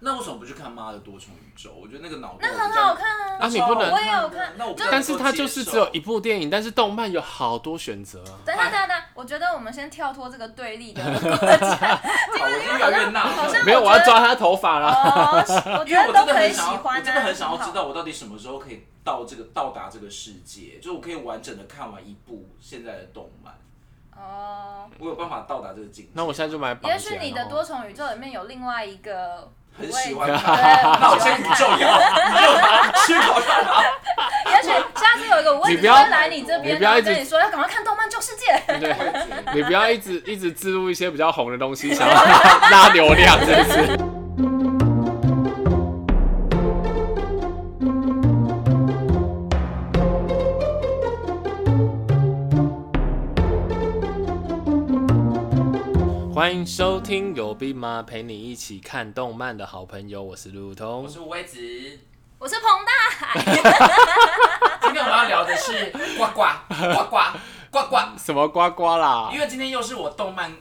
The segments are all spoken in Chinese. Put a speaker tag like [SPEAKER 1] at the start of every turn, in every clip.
[SPEAKER 1] 那为什么不去看《妈的多重宇宙》？我觉得那个脑洞
[SPEAKER 2] 那
[SPEAKER 1] 比
[SPEAKER 2] 很
[SPEAKER 1] 较
[SPEAKER 2] 好，看啊
[SPEAKER 1] 那
[SPEAKER 3] 啊！你
[SPEAKER 1] 超
[SPEAKER 3] 不
[SPEAKER 1] 好
[SPEAKER 3] 能
[SPEAKER 2] 我也有
[SPEAKER 1] 的
[SPEAKER 2] 看
[SPEAKER 1] 那我不
[SPEAKER 2] 就
[SPEAKER 1] 能
[SPEAKER 3] 但是它
[SPEAKER 1] 接
[SPEAKER 3] 就是只
[SPEAKER 1] 受
[SPEAKER 3] 有一部电影，但是动漫有好多选择啊。
[SPEAKER 2] 等一下，等一下，等一下，我觉得我们先跳脱这个对立的国家，
[SPEAKER 1] 好我越来越纳
[SPEAKER 2] 好
[SPEAKER 1] 闷
[SPEAKER 2] 像
[SPEAKER 3] 没有，
[SPEAKER 2] 我
[SPEAKER 3] 我
[SPEAKER 2] 觉
[SPEAKER 3] 要
[SPEAKER 2] 得
[SPEAKER 3] 抓他头发啦。
[SPEAKER 2] 哦，我
[SPEAKER 1] 因
[SPEAKER 2] 觉
[SPEAKER 1] 为
[SPEAKER 2] 得
[SPEAKER 1] 我真
[SPEAKER 2] 都
[SPEAKER 1] 的
[SPEAKER 2] 可以
[SPEAKER 1] 很
[SPEAKER 2] 喜
[SPEAKER 1] 想要，
[SPEAKER 2] 欢
[SPEAKER 1] 我
[SPEAKER 2] 啊，
[SPEAKER 1] 真的很想要
[SPEAKER 2] 好
[SPEAKER 1] 知道我到底什么时候可以到这个到达这个世界，就是我可以完整的看完一部现在的动漫，
[SPEAKER 2] 哦。
[SPEAKER 1] 我有办法到达这个境界。
[SPEAKER 3] 那我现在就买绑哦
[SPEAKER 2] 也
[SPEAKER 3] 鞋。
[SPEAKER 2] 许你的多重宇宙里面有另外一个
[SPEAKER 1] 很喜欢
[SPEAKER 2] 对
[SPEAKER 1] 看那我先宇宙也好，去考察他。
[SPEAKER 2] 也许下次有一个位
[SPEAKER 3] 你
[SPEAKER 2] 置
[SPEAKER 3] 不要
[SPEAKER 2] 会来你这边，
[SPEAKER 3] 你不
[SPEAKER 2] 然
[SPEAKER 3] 要
[SPEAKER 2] 后
[SPEAKER 3] 一直
[SPEAKER 2] 跟你说要赶快看动漫救世界。
[SPEAKER 3] 然后对，你不要一直一直植入一些比较红的东西，想要拉流量，真的是。欢迎收听有病吗？陪你一起看动漫的好朋友，我是路路
[SPEAKER 1] 我
[SPEAKER 3] 通。
[SPEAKER 1] 是威子，今
[SPEAKER 2] 我是彭大海，
[SPEAKER 1] 天我们要聊的是呱呱呱呱呱呱，
[SPEAKER 3] 什么呱呱啦？
[SPEAKER 1] 因为今天又是我动漫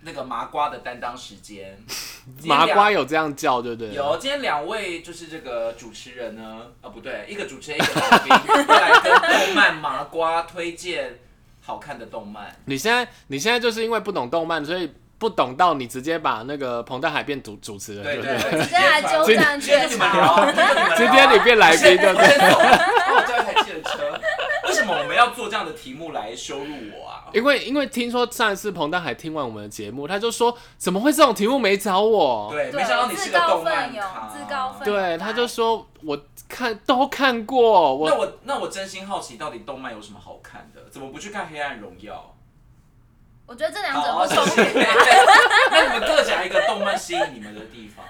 [SPEAKER 1] 那个麻瓜的担当时 间，今天
[SPEAKER 3] 麻
[SPEAKER 1] 两
[SPEAKER 3] 瓜有这样叫，对不对？
[SPEAKER 1] 有，今天两位就是这个主持人呢，啊不对，一个主持人，一个来宾， 要来跟动漫麻瓜推荐好看的动漫。
[SPEAKER 3] 你现在你现在就是因为不懂动漫，所以不懂到你直接把那个彭大海变主主持人，
[SPEAKER 1] 对
[SPEAKER 3] 不
[SPEAKER 1] 对对，
[SPEAKER 2] 直接来
[SPEAKER 1] 传
[SPEAKER 2] 鸠占
[SPEAKER 1] 直接
[SPEAKER 2] 鹊
[SPEAKER 1] 就你们聊，
[SPEAKER 2] 巢。
[SPEAKER 3] 今天你变来宾，对 不对？
[SPEAKER 1] 对？我叫一台汽车，为什么我们要做这样的题目来羞辱我啊？
[SPEAKER 3] 因为因为听说上一次彭大海听完我们的节目，他就说怎么会这种题目没找我？
[SPEAKER 1] 对，没想到你是
[SPEAKER 2] 自
[SPEAKER 1] 个
[SPEAKER 2] 告
[SPEAKER 1] 动
[SPEAKER 2] 奋
[SPEAKER 1] 漫
[SPEAKER 2] 勇
[SPEAKER 1] 咖，，
[SPEAKER 2] 自告奋勇。
[SPEAKER 3] 对，他就说我看都看过，
[SPEAKER 1] 那
[SPEAKER 3] 我
[SPEAKER 1] 我那我真心好奇，到底动漫有什么好看的？怎么不去看《黑暗荣耀》？
[SPEAKER 2] 我觉得这两者
[SPEAKER 1] 好，啊
[SPEAKER 2] 不
[SPEAKER 1] 谢
[SPEAKER 2] 冲
[SPEAKER 1] 谢
[SPEAKER 2] 突。
[SPEAKER 1] 那你们各讲一个动漫吸引你们的地方。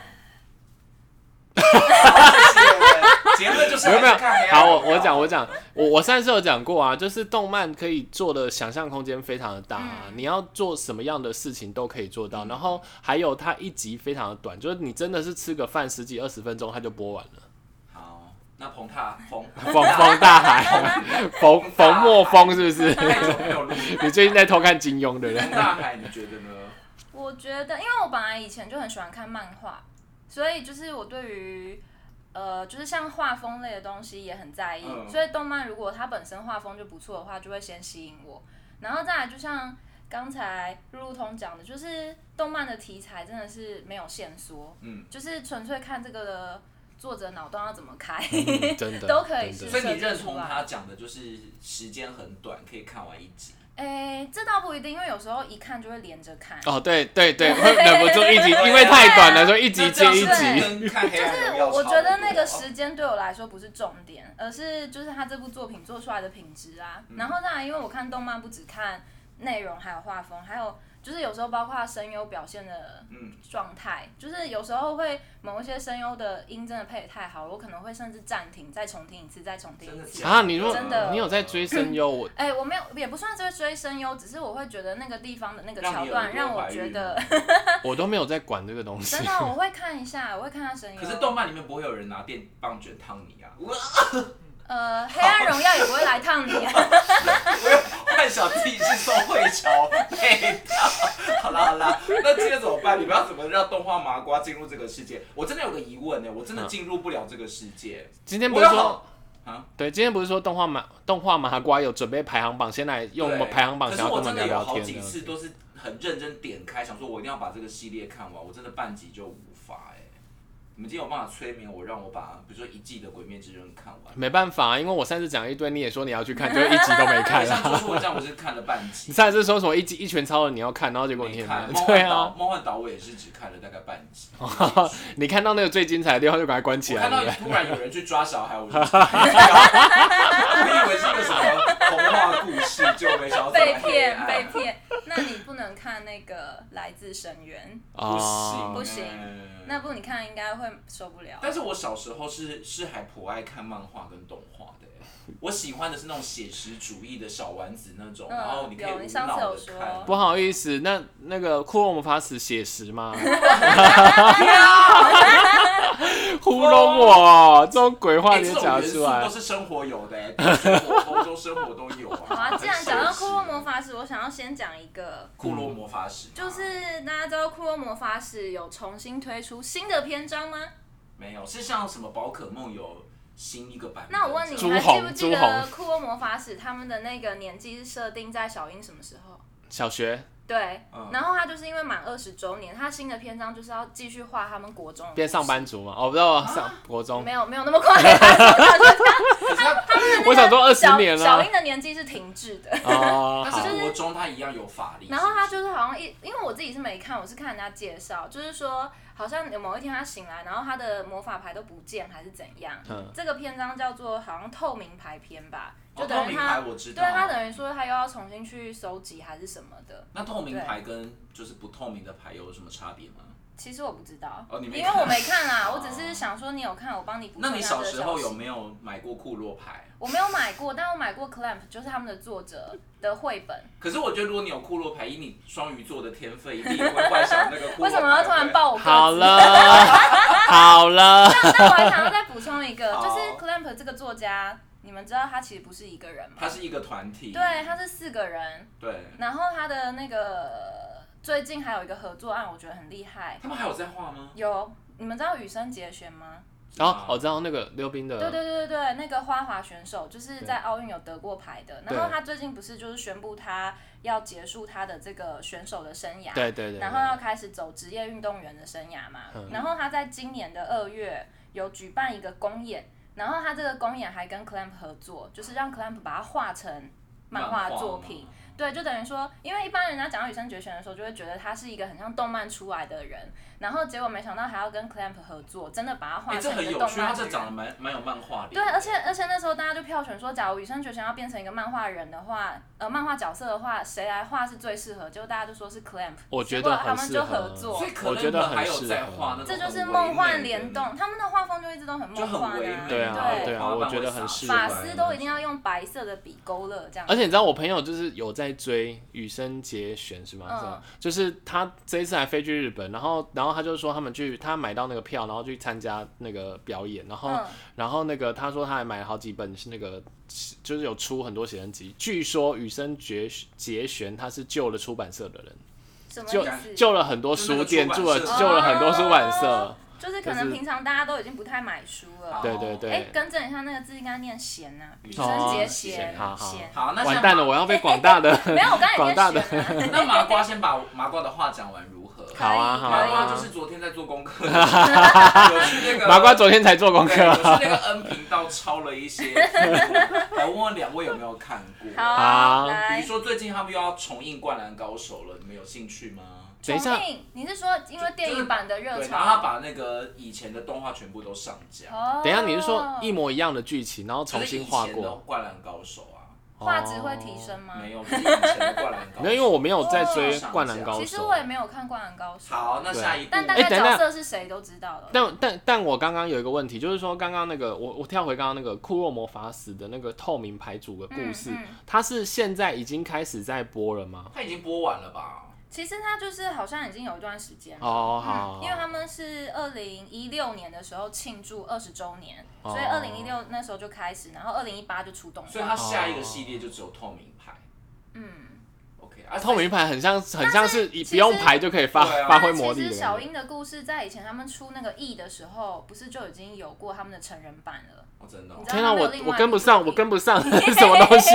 [SPEAKER 1] 谢谢结论就是
[SPEAKER 3] 没有没有
[SPEAKER 1] 还是看黑。暗荣耀
[SPEAKER 3] 好，我我讲我讲，我我上一次有讲过啊，就是动漫可以做的想象空间非常的大、
[SPEAKER 2] 嗯
[SPEAKER 3] 你要做什么样的事情都可以做到。然后还有它一集非常的短，就是你真的是吃个饭十几二十分钟它就播完了。
[SPEAKER 1] 好，那彭塔彭
[SPEAKER 3] 冯冯大海，冯冯莫风是不
[SPEAKER 1] 太
[SPEAKER 3] 是？
[SPEAKER 1] 久没有录音
[SPEAKER 3] 你最近在偷看金庸，对不对
[SPEAKER 1] 彭？大海，你觉得呢？
[SPEAKER 2] 我觉得，因为我本来以前就很喜欢看漫画，所以就是我对于呃，就是像画风类的东西也很在意。
[SPEAKER 1] 嗯
[SPEAKER 2] 所以动漫如果它本身画风就不错的话，就会先吸引我。然后再来，就像刚才路路通讲的，就是动漫的题材真的是没有限缩，
[SPEAKER 1] 嗯，
[SPEAKER 2] 就是纯粹看这个的作者脑洞要怎么开。
[SPEAKER 3] 嗯真的
[SPEAKER 2] 都可以
[SPEAKER 3] 真
[SPEAKER 2] 是
[SPEAKER 3] 的
[SPEAKER 1] 所以你认同他讲的就是时间很短，可以看完一集。
[SPEAKER 2] 诶、这倒不一定，因为有时候一看就会连着看。
[SPEAKER 3] 哦，对对对，会忍不住一集，因为太短了，所以一集
[SPEAKER 1] 那这
[SPEAKER 3] 接
[SPEAKER 1] 样
[SPEAKER 3] 一
[SPEAKER 1] 是不是
[SPEAKER 3] 集。
[SPEAKER 1] 跟看黑
[SPEAKER 2] 就
[SPEAKER 1] 暗
[SPEAKER 2] 是
[SPEAKER 1] 荣耀
[SPEAKER 2] 我我
[SPEAKER 1] 差
[SPEAKER 2] 觉
[SPEAKER 1] 不多
[SPEAKER 2] 得那个时间对我来说不是重点，而是就是他这部作品做出来的品质啊。
[SPEAKER 1] 嗯
[SPEAKER 2] 然后当然，因为我看动漫不只看内容，还有画风，还有就是有时候包括声优表现的
[SPEAKER 1] 嗯
[SPEAKER 2] 状态，就是有时候会某一些声优的音真的配得太好了，我可能会甚至暂停再重听一次，再重听
[SPEAKER 1] 真
[SPEAKER 2] 一
[SPEAKER 1] 的
[SPEAKER 2] 次
[SPEAKER 1] 假。的
[SPEAKER 3] 啊，你如果
[SPEAKER 2] 真的
[SPEAKER 3] 你有在追声优，我
[SPEAKER 2] 哎、我没有，也不算是会追声优，只是我会觉得那个地方的那个
[SPEAKER 1] 让
[SPEAKER 2] 桥
[SPEAKER 1] 你
[SPEAKER 2] 段
[SPEAKER 1] 耳朵啊
[SPEAKER 2] 让我
[SPEAKER 1] 怀
[SPEAKER 2] 觉
[SPEAKER 1] 孕
[SPEAKER 2] 得，
[SPEAKER 3] 我都没有在管这个东西
[SPEAKER 2] 真。的我会看一下，我会看他声优。
[SPEAKER 1] 可是动漫里面不会有人拿电棒卷烫你啊！我
[SPEAKER 2] 呃，黑暗荣耀也不会来烫你、啊。
[SPEAKER 1] 幻想自己是宋慧乔配的。好啦好啦，那这个怎么办？你们要怎么让动画麻瓜进入这个世界？我真的有个疑问呢、欸我真的进入不了这个世界。
[SPEAKER 3] 今天不是
[SPEAKER 1] 我有
[SPEAKER 3] 说
[SPEAKER 1] 好啊
[SPEAKER 3] 对，今天不是说动画麻动画麻瓜有准备排行榜，先来用
[SPEAKER 1] 对
[SPEAKER 3] 排行榜
[SPEAKER 1] 可
[SPEAKER 3] 想
[SPEAKER 1] 是
[SPEAKER 3] 要跟
[SPEAKER 1] 我
[SPEAKER 3] 我
[SPEAKER 1] 真
[SPEAKER 3] 们聊
[SPEAKER 1] 的有
[SPEAKER 3] 聊
[SPEAKER 1] 好
[SPEAKER 3] 天
[SPEAKER 1] 几
[SPEAKER 3] 的。
[SPEAKER 1] 次都是很认真点开，想说我一定要把这个系列看完，我真的半集就无法哎、你们今天有办法催眠我，让我把比如说一季的《鬼灭之刃》看完？
[SPEAKER 3] 没办法，因为我上次讲一堆，你也说你要去看，就一集都没看
[SPEAKER 1] 像
[SPEAKER 3] 啊。
[SPEAKER 1] 《咒术回战》，我是看了半集
[SPEAKER 3] 你。上次说什么一集一拳超人你要看，然后结果你
[SPEAKER 1] 没
[SPEAKER 3] 也
[SPEAKER 1] 看
[SPEAKER 3] 没
[SPEAKER 1] 《梦
[SPEAKER 3] 对
[SPEAKER 1] 幻
[SPEAKER 3] 啊
[SPEAKER 1] 岛》，，《梦幻岛》我也是只看了大概半 集。
[SPEAKER 3] 你看到那个最精彩的地方就赶快关起
[SPEAKER 1] 我
[SPEAKER 3] 来。
[SPEAKER 1] 看到
[SPEAKER 3] 对不对
[SPEAKER 1] 突然有人去抓小孩，我 就我以为是一个什么童话故事，就没想到这
[SPEAKER 2] 被
[SPEAKER 1] 么
[SPEAKER 2] 骗，
[SPEAKER 1] 黑
[SPEAKER 2] 被
[SPEAKER 1] 暗
[SPEAKER 2] 骗。那你不能看那个《来自深渊
[SPEAKER 1] 不行
[SPEAKER 3] 哦
[SPEAKER 2] 不行
[SPEAKER 1] 嗯》，
[SPEAKER 2] 那部你看应该会受不了。
[SPEAKER 1] 但是我小时候是是还颇爱看漫画跟动画 的欸，我喜欢的是那种写实主义的小丸子那种，
[SPEAKER 2] 嗯
[SPEAKER 1] 然后你可以
[SPEAKER 2] 有
[SPEAKER 1] 无
[SPEAKER 2] 你上次
[SPEAKER 1] 脑
[SPEAKER 2] 有
[SPEAKER 1] 的
[SPEAKER 2] 说
[SPEAKER 1] 看。
[SPEAKER 3] 不好意思，那那 个库洛魔法使写实吗？忽弄我，这种鬼话
[SPEAKER 1] 哎
[SPEAKER 3] 你也
[SPEAKER 1] 这种
[SPEAKER 3] 讲
[SPEAKER 1] 元
[SPEAKER 3] 得
[SPEAKER 1] 素
[SPEAKER 3] 出来
[SPEAKER 1] 都？是生活有的、欸，生活、欧洲生活都有啊。
[SPEAKER 2] 好啊，既然讲到库洛魔
[SPEAKER 1] 法，
[SPEAKER 2] 法使，我想要先讲一个，
[SPEAKER 1] 库洛魔法使
[SPEAKER 2] 就是大家知道库洛魔法使有重新推出新的篇章吗？
[SPEAKER 1] 没有，是像什么宝可梦有新一个版本。
[SPEAKER 2] 那我问你，
[SPEAKER 3] 朱
[SPEAKER 2] 还记
[SPEAKER 3] 红
[SPEAKER 2] 不
[SPEAKER 3] 朱
[SPEAKER 2] 记得
[SPEAKER 3] 红
[SPEAKER 2] 库洛魔法使他们的那个年纪是设定在小樱什么时候？
[SPEAKER 3] 小学
[SPEAKER 2] 对，
[SPEAKER 1] 嗯
[SPEAKER 2] 然后他就是因为满二十周年，他新的篇章就是要继续画他们国中的
[SPEAKER 3] 变
[SPEAKER 2] 故
[SPEAKER 3] 上
[SPEAKER 2] 事，
[SPEAKER 3] 班族嘛？哦，不知道上国中
[SPEAKER 1] 哦
[SPEAKER 2] 没，有没有那么快， 他们的那个
[SPEAKER 3] 我想说20
[SPEAKER 2] 小
[SPEAKER 3] 年
[SPEAKER 1] 啊
[SPEAKER 3] 了
[SPEAKER 2] 小樱的年纪是停滞的。
[SPEAKER 3] 哦，好
[SPEAKER 1] 但是国中它一样有法力。
[SPEAKER 2] 然后他就是好像一，因为我自己是没看，我是看人家介绍，就是说好像有某一天他醒来，然后他的魔法牌都不见还是怎样。
[SPEAKER 3] 嗯
[SPEAKER 2] 这个篇章叫做好像透明牌篇吧，就
[SPEAKER 1] 哦透
[SPEAKER 2] 等于
[SPEAKER 1] 明
[SPEAKER 2] 他，
[SPEAKER 1] 牌我知道。
[SPEAKER 2] 对他等于说他又要重新去搜集还是什么的。
[SPEAKER 1] 那透明牌跟就是不透明的牌有什么差别吗？
[SPEAKER 2] 其实我不知道，
[SPEAKER 1] 哦你没
[SPEAKER 2] 因为
[SPEAKER 1] 看
[SPEAKER 2] 我没看啦，
[SPEAKER 1] 哦
[SPEAKER 2] 我只是想说你有看，我帮你补充
[SPEAKER 1] 那
[SPEAKER 2] 一
[SPEAKER 1] 你
[SPEAKER 2] 下这
[SPEAKER 1] 小
[SPEAKER 2] 个
[SPEAKER 1] 时候
[SPEAKER 2] 消
[SPEAKER 1] 有
[SPEAKER 2] 息
[SPEAKER 1] 没有买过库洛牌？
[SPEAKER 2] 我没有买过，但我买过 Clamp，就是他们的作者的绘本。
[SPEAKER 1] 可是我觉得，如果你有库洛牌，以你双鱼座的天分，一定也会幻想那个库洛牌。
[SPEAKER 2] 为什么要突然？爆我个子？
[SPEAKER 3] 好了， 好了，
[SPEAKER 2] 那我还想要再补充一个，
[SPEAKER 1] 好
[SPEAKER 2] 就是 Clamp 这个作家，你们知道他其实不是一个人吗
[SPEAKER 1] 它？是一个团体。
[SPEAKER 2] 对，他是四个人，
[SPEAKER 1] 对，
[SPEAKER 2] 然后他的那个最近还有一个合作案，我觉得很厉害。
[SPEAKER 1] 他们还有在画吗？
[SPEAKER 2] 有，你们知道羽生结弦吗？
[SPEAKER 3] 然后我知道那个溜冰的，
[SPEAKER 2] 对对对对对，那个花滑选手就是在奥运有得过牌的，
[SPEAKER 3] 对
[SPEAKER 2] 然后他最近不是就是宣布他要结束他的这个选手的生涯，
[SPEAKER 3] 对对对，
[SPEAKER 2] 然后要开始走职业运动员的生涯嘛。然后他在今年的二月有举办一个公演，然后他这个公演还跟 Clamp 合作，就是让 Clamp 把它画成漫画作品
[SPEAKER 1] 漫。
[SPEAKER 2] 对，就等于说，因为一般人家讲到羽生结弦的时候，就会觉得他是一个很像动漫出来的人，然后结果没想到还要跟 Clamp 合作，真的把它
[SPEAKER 1] 哎、
[SPEAKER 2] 画
[SPEAKER 1] 这
[SPEAKER 2] 成
[SPEAKER 1] 很
[SPEAKER 2] 一个
[SPEAKER 1] 有
[SPEAKER 2] 动
[SPEAKER 1] 趣，它
[SPEAKER 2] 漫
[SPEAKER 1] 这
[SPEAKER 2] 的
[SPEAKER 1] 长得
[SPEAKER 2] 人。
[SPEAKER 1] 蛮蛮有漫画力。
[SPEAKER 2] 对，而且而且那时候大家就票选说，假如羽生结弦要变成一个漫画人的话，呃，漫画角色的话，谁来画是最适合？结果大家就说是 Clamp，
[SPEAKER 3] 我觉
[SPEAKER 2] 结果
[SPEAKER 3] 得
[SPEAKER 2] 他
[SPEAKER 3] 很
[SPEAKER 2] 们
[SPEAKER 3] 适
[SPEAKER 2] 就
[SPEAKER 3] 合
[SPEAKER 2] 合作，
[SPEAKER 1] 所以可
[SPEAKER 3] 我觉
[SPEAKER 1] 能
[SPEAKER 3] 得很
[SPEAKER 1] 还有
[SPEAKER 3] 适
[SPEAKER 1] 在
[SPEAKER 3] 合
[SPEAKER 1] 画那种
[SPEAKER 2] 这就是
[SPEAKER 1] 很唯
[SPEAKER 2] 梦幻
[SPEAKER 1] 美
[SPEAKER 2] 联
[SPEAKER 1] 的
[SPEAKER 2] 动，他们的画风就一直都很
[SPEAKER 1] 就
[SPEAKER 2] 梦
[SPEAKER 1] 很
[SPEAKER 2] 幻
[SPEAKER 1] 唯美，
[SPEAKER 3] 对啊
[SPEAKER 1] 然后
[SPEAKER 2] 对
[SPEAKER 3] 啊
[SPEAKER 1] 花瓣
[SPEAKER 3] 我觉
[SPEAKER 1] 会
[SPEAKER 3] 得很
[SPEAKER 1] 洒出
[SPEAKER 3] 适合哎
[SPEAKER 1] 来
[SPEAKER 2] 发丝都一定要用白色的笔勾勒这样。
[SPEAKER 3] 而且你知道我朋友就是有在追羽生结弦是吗？
[SPEAKER 2] 嗯
[SPEAKER 3] 是吗？就是他这一次还飞去日本，然后然后他就说他们去他买到那个票，然后去参加那个表演，然后、
[SPEAKER 2] 嗯
[SPEAKER 3] 然后那个他说他还买了好几本是那个就是有出很多写真集，据说羽生结结弦他是救了出版社的人，
[SPEAKER 2] 什么
[SPEAKER 3] 救
[SPEAKER 2] 意思？
[SPEAKER 3] 救了很多书店，
[SPEAKER 1] 就
[SPEAKER 3] 救
[SPEAKER 1] 那
[SPEAKER 3] 了
[SPEAKER 1] 个出版社
[SPEAKER 3] 救了很多出版社
[SPEAKER 2] 哦，就是可能平常大家都已经不太买书了。
[SPEAKER 3] 对对
[SPEAKER 2] 哎
[SPEAKER 3] 对，，
[SPEAKER 2] 更正一下，那个字应该念弦呐，羽生
[SPEAKER 3] 哦
[SPEAKER 2] 结
[SPEAKER 1] 弦
[SPEAKER 2] 弦
[SPEAKER 3] 好，好
[SPEAKER 2] 弦。
[SPEAKER 1] 好，那
[SPEAKER 3] 完
[SPEAKER 1] 像
[SPEAKER 3] 蛋了，我要被广大的
[SPEAKER 2] 没有，我刚才也
[SPEAKER 3] 广大的
[SPEAKER 2] 念弦 啊。
[SPEAKER 1] 那麻瓜先把麻瓜的话讲完如何？
[SPEAKER 3] 好啊好
[SPEAKER 1] 麻瓜
[SPEAKER 3] 啊，
[SPEAKER 1] 就是昨天在做功 课，有去那
[SPEAKER 2] 哎
[SPEAKER 1] 个
[SPEAKER 3] 麻瓜昨天才做功
[SPEAKER 1] 对
[SPEAKER 3] 课
[SPEAKER 1] 有。去那个 N 频道抄了一些， 来问问两位有没有看过？
[SPEAKER 2] 好，啊
[SPEAKER 3] 好
[SPEAKER 1] 比
[SPEAKER 2] 来
[SPEAKER 1] 如，说最近他们又要重映《灌篮高手》了，你们有兴趣吗？
[SPEAKER 3] 等一下
[SPEAKER 2] 重映，你是说因为电影版的热
[SPEAKER 1] 对，然后他
[SPEAKER 2] 潮？
[SPEAKER 1] 把那个以前的动画全部都上架，
[SPEAKER 2] 哦
[SPEAKER 3] 等一下，你是说一模一样的剧情，然后重新画
[SPEAKER 1] 就是以前的
[SPEAKER 3] 过？
[SPEAKER 1] 《灌篮高手》啊，
[SPEAKER 2] 画质会提升吗？
[SPEAKER 1] 没有，就是以前的《灌篮高手》。
[SPEAKER 3] 没有，因为我没有在追
[SPEAKER 1] 哦
[SPEAKER 3] 《灌篮高手
[SPEAKER 2] 其》实我也没有看《灌篮高手》，
[SPEAKER 1] 好，那下一部，
[SPEAKER 2] 但大
[SPEAKER 3] 哎
[SPEAKER 2] 概
[SPEAKER 3] 等一下
[SPEAKER 2] 角色是谁都知道了。
[SPEAKER 3] 但但但我刚刚有一个问题，就是说刚刚那个我我跳回刚刚那个库洛魔法使的那个透明牌组的故事，
[SPEAKER 2] 嗯嗯
[SPEAKER 3] 它是现在已经开始在播了吗？
[SPEAKER 1] 他已经播完了吧？
[SPEAKER 2] 其实他就是好像已经有一段时间了。
[SPEAKER 3] 哦，好好，
[SPEAKER 2] 嗯，因为他们是二零一六年的时候庆祝二十周年，所以
[SPEAKER 3] 哦
[SPEAKER 2] 二零一六那时候就开始，然后二零一八就出动画。
[SPEAKER 1] 所以他下一个系列就只有透明牌。
[SPEAKER 2] 嗯，
[SPEAKER 1] OK，啊，
[SPEAKER 3] 透明牌很像很像是
[SPEAKER 2] 其
[SPEAKER 3] 以
[SPEAKER 2] 实
[SPEAKER 3] 不用牌就可以发
[SPEAKER 1] 对啊
[SPEAKER 3] 发挥魔
[SPEAKER 2] 其
[SPEAKER 3] 力
[SPEAKER 2] 实
[SPEAKER 3] 的
[SPEAKER 2] 小
[SPEAKER 3] 感觉。
[SPEAKER 2] 樱的故事在以前他们出那个 E 的时候，不是就已经有过他们的成人版了？
[SPEAKER 1] 哦真的哦
[SPEAKER 2] 你知道
[SPEAKER 3] 天啊，
[SPEAKER 2] 他们有
[SPEAKER 3] 我
[SPEAKER 2] 另外
[SPEAKER 3] 我
[SPEAKER 2] 一
[SPEAKER 3] 跟
[SPEAKER 2] 部
[SPEAKER 3] 不上，
[SPEAKER 2] 作
[SPEAKER 3] 我
[SPEAKER 2] 品
[SPEAKER 3] 跟 不上，什么东西？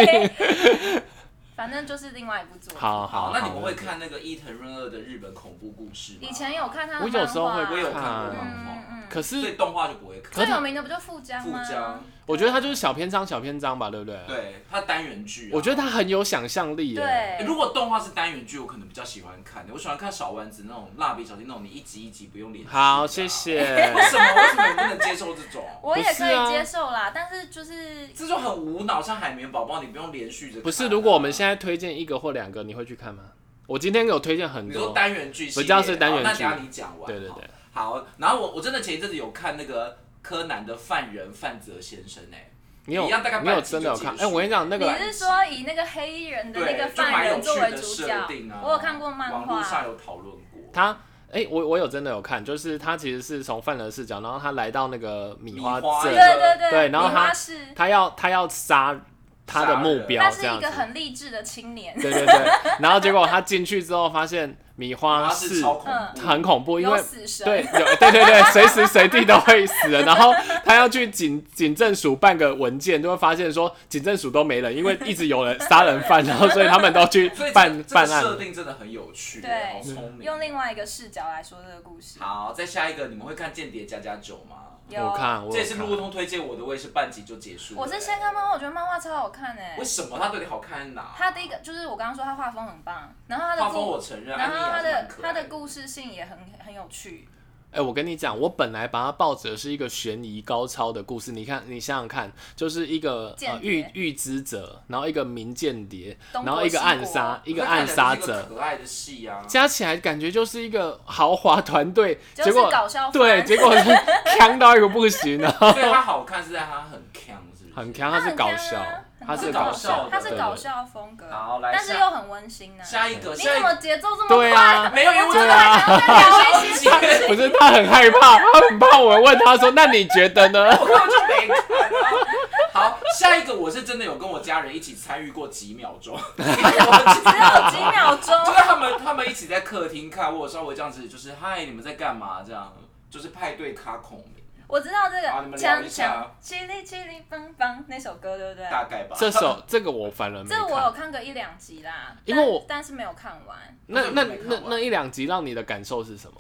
[SPEAKER 2] 反正就是另外一部作品。
[SPEAKER 3] 好
[SPEAKER 1] 好，那你们
[SPEAKER 3] 好
[SPEAKER 1] 会看那个伊藤润二的日本恐怖故事吗？
[SPEAKER 2] 以前有，看他的
[SPEAKER 3] 我有时候
[SPEAKER 2] 漫画
[SPEAKER 3] 会
[SPEAKER 1] 我有看
[SPEAKER 3] 看
[SPEAKER 1] 过漫
[SPEAKER 2] 嗯
[SPEAKER 1] 画，
[SPEAKER 2] 嗯，
[SPEAKER 3] 可是
[SPEAKER 1] 所以动画就不会看。
[SPEAKER 2] 最有名的不就富江
[SPEAKER 1] 富
[SPEAKER 2] 吗？
[SPEAKER 1] 江，
[SPEAKER 3] 我觉得它就是小篇章小篇章吧，对不对？
[SPEAKER 1] 对，它单元剧啊。
[SPEAKER 3] 我觉得它很有想象力耶。
[SPEAKER 1] 欸
[SPEAKER 2] 对，
[SPEAKER 1] 如果动画是单元剧，我可能比较喜欢看的。我喜欢看小丸子那种蜡笔小新那种，你一集一集不用连续的啊。
[SPEAKER 3] 好，谢谢。
[SPEAKER 1] 为什么？为什么你不能接受这种？
[SPEAKER 2] 我也可
[SPEAKER 3] 不
[SPEAKER 2] 以
[SPEAKER 3] 是啊
[SPEAKER 2] 接受啦，但是就是
[SPEAKER 1] 这种很无脑，像海绵宝宝，你不用连续着看啊。
[SPEAKER 3] 不是，如果我们现在推荐一个或两个，你会去看吗？我今天有推荐很
[SPEAKER 1] 你说
[SPEAKER 3] 多，
[SPEAKER 1] 单元剧系列，
[SPEAKER 3] 比较是单元
[SPEAKER 1] 好
[SPEAKER 3] 剧
[SPEAKER 1] 那等一下你讲完。
[SPEAKER 3] 对对对
[SPEAKER 1] 好。好，然后我我真的前一阵子有看那个柯南的犯人范泽先生哎、
[SPEAKER 3] 你有
[SPEAKER 1] 一样大概
[SPEAKER 3] 你有
[SPEAKER 1] 半集
[SPEAKER 3] 真的
[SPEAKER 1] 就
[SPEAKER 3] 有看？
[SPEAKER 1] 结
[SPEAKER 3] 哎，
[SPEAKER 1] 束
[SPEAKER 3] 我跟你讲，那
[SPEAKER 2] 你
[SPEAKER 3] 个
[SPEAKER 2] 是说以那个黑衣人的那个
[SPEAKER 1] 对，就蛮
[SPEAKER 2] 犯
[SPEAKER 1] 有
[SPEAKER 2] 人作
[SPEAKER 1] 趣
[SPEAKER 2] 为
[SPEAKER 1] 的
[SPEAKER 2] 主
[SPEAKER 1] 设
[SPEAKER 2] 角
[SPEAKER 1] 定啊。？
[SPEAKER 2] 我有看过漫
[SPEAKER 1] 网络上
[SPEAKER 2] 画，
[SPEAKER 1] 有讨论过。
[SPEAKER 3] 他哎、我我有真的有看，就是他其实是从犯人的视角，然后他来到那个米花
[SPEAKER 1] 米花
[SPEAKER 3] 镇，
[SPEAKER 1] 镇
[SPEAKER 2] 对对对，
[SPEAKER 3] 对然后
[SPEAKER 2] 米
[SPEAKER 3] 他
[SPEAKER 2] 花是
[SPEAKER 3] 他要他要杀他的目标
[SPEAKER 2] 他
[SPEAKER 3] 这
[SPEAKER 2] 是
[SPEAKER 3] 样
[SPEAKER 2] 一
[SPEAKER 3] 子
[SPEAKER 2] 个，很励志的青年，
[SPEAKER 3] 对对对。然后结果他进去之后，发现米花
[SPEAKER 1] 他
[SPEAKER 3] 是
[SPEAKER 1] 是超恐
[SPEAKER 2] 嗯
[SPEAKER 1] 怖，
[SPEAKER 3] 很恐怖，因
[SPEAKER 2] 有
[SPEAKER 3] 为
[SPEAKER 2] 死神，
[SPEAKER 3] 对，有对对对，随时随地都会死人。然后他要去警警政署办个文件，就会发现说警政署都没人，因为一直有人杀人犯，然后所以他们都去
[SPEAKER 1] 所以这
[SPEAKER 3] 办
[SPEAKER 1] 这个
[SPEAKER 3] 办案
[SPEAKER 1] 设
[SPEAKER 3] 了。
[SPEAKER 1] 定真的很有趣，
[SPEAKER 2] 对
[SPEAKER 1] 好聪明。
[SPEAKER 2] 用另外一个视角来说这个故事。
[SPEAKER 1] 好，再下一个，你们会看《间谍加加九》吗？
[SPEAKER 2] 有
[SPEAKER 3] 我看我
[SPEAKER 1] 这也是路
[SPEAKER 3] 有
[SPEAKER 1] 路
[SPEAKER 3] 看，
[SPEAKER 1] 通推荐我的，我也是半集就结束了。欸
[SPEAKER 2] 我是先看漫画，我觉得漫画超好看哎、
[SPEAKER 1] 为什么它对你好看哪？
[SPEAKER 2] 他第一个就是我刚刚说他画风很棒，然后他的
[SPEAKER 1] 画风
[SPEAKER 2] 故，
[SPEAKER 1] 我承认，
[SPEAKER 2] 然
[SPEAKER 1] 安妮
[SPEAKER 2] 后他
[SPEAKER 1] 还是蛮
[SPEAKER 2] 的
[SPEAKER 1] 可
[SPEAKER 2] 他
[SPEAKER 1] 爱
[SPEAKER 2] 的故事性也很很有趣。
[SPEAKER 3] 哎、我跟你讲，我本来把它抱着是一个悬疑高超的故事。你看，你想想看，就是一个呃
[SPEAKER 2] 间谍
[SPEAKER 3] 预预知者，然后一个民间谍，
[SPEAKER 2] 东
[SPEAKER 3] 然后
[SPEAKER 2] 国
[SPEAKER 3] 一个
[SPEAKER 2] 西啊
[SPEAKER 3] 暗
[SPEAKER 2] 国
[SPEAKER 3] 杀，一
[SPEAKER 1] 我
[SPEAKER 3] 个
[SPEAKER 1] 看
[SPEAKER 3] 暗
[SPEAKER 1] 起来
[SPEAKER 3] 杀
[SPEAKER 1] 就是一个
[SPEAKER 3] 者，
[SPEAKER 1] 可爱的戏 啊。
[SPEAKER 3] 加起来感觉就是一个豪华团队。
[SPEAKER 2] 就是
[SPEAKER 3] 结果
[SPEAKER 2] 搞笑番
[SPEAKER 3] 对，结果是强到一个不行啊！
[SPEAKER 1] 所以它好看是在它很强，是不是？
[SPEAKER 3] 很强，
[SPEAKER 2] 他啊
[SPEAKER 3] 他是搞笑，他
[SPEAKER 1] 是
[SPEAKER 3] 是
[SPEAKER 1] 搞
[SPEAKER 3] 搞
[SPEAKER 1] 笑
[SPEAKER 3] 笑
[SPEAKER 1] 的，
[SPEAKER 2] 他是搞
[SPEAKER 3] 对。
[SPEAKER 2] 笑风格，
[SPEAKER 1] 好来
[SPEAKER 2] 但是
[SPEAKER 1] 下
[SPEAKER 2] 又很温馨呢、啊
[SPEAKER 1] 下一个，
[SPEAKER 2] 你
[SPEAKER 1] 下
[SPEAKER 2] 怎
[SPEAKER 1] 一个
[SPEAKER 2] 么节奏这么
[SPEAKER 3] 对
[SPEAKER 2] 快？
[SPEAKER 3] 啊，
[SPEAKER 1] 没有，因为我真
[SPEAKER 3] 对
[SPEAKER 1] 的
[SPEAKER 3] 啊
[SPEAKER 2] 还要再聊一些
[SPEAKER 1] 超级
[SPEAKER 3] 不是他很害怕，他很怕我问他说：“那你觉得呢
[SPEAKER 1] 我根本就没看啊。 好，下一个我是真的有跟我家人一起参与过几秒钟， 只
[SPEAKER 2] 只有
[SPEAKER 1] 有
[SPEAKER 2] 几秒
[SPEAKER 1] 就
[SPEAKER 2] 钟
[SPEAKER 1] 是，他们他们一啊起在客厅看，我有稍微这样子，就是嗨，你们在干嘛？这样就是派对卡孔明，
[SPEAKER 2] 我知道这个
[SPEAKER 1] 好你们聊一
[SPEAKER 2] 锵
[SPEAKER 1] 下
[SPEAKER 2] 锵
[SPEAKER 1] 啊
[SPEAKER 2] 叽哩叽哩邦邦那首歌，对不对？
[SPEAKER 1] 大概吧。？”
[SPEAKER 3] 这首这个我反而没
[SPEAKER 2] 这我有看
[SPEAKER 3] 看。
[SPEAKER 2] 个一两集啦，
[SPEAKER 3] 因为
[SPEAKER 2] 但
[SPEAKER 3] 我
[SPEAKER 2] 但是没有看完，
[SPEAKER 3] 那那
[SPEAKER 1] 这个我没看
[SPEAKER 3] 那
[SPEAKER 1] 完
[SPEAKER 3] 那一两集让你的感受是什么？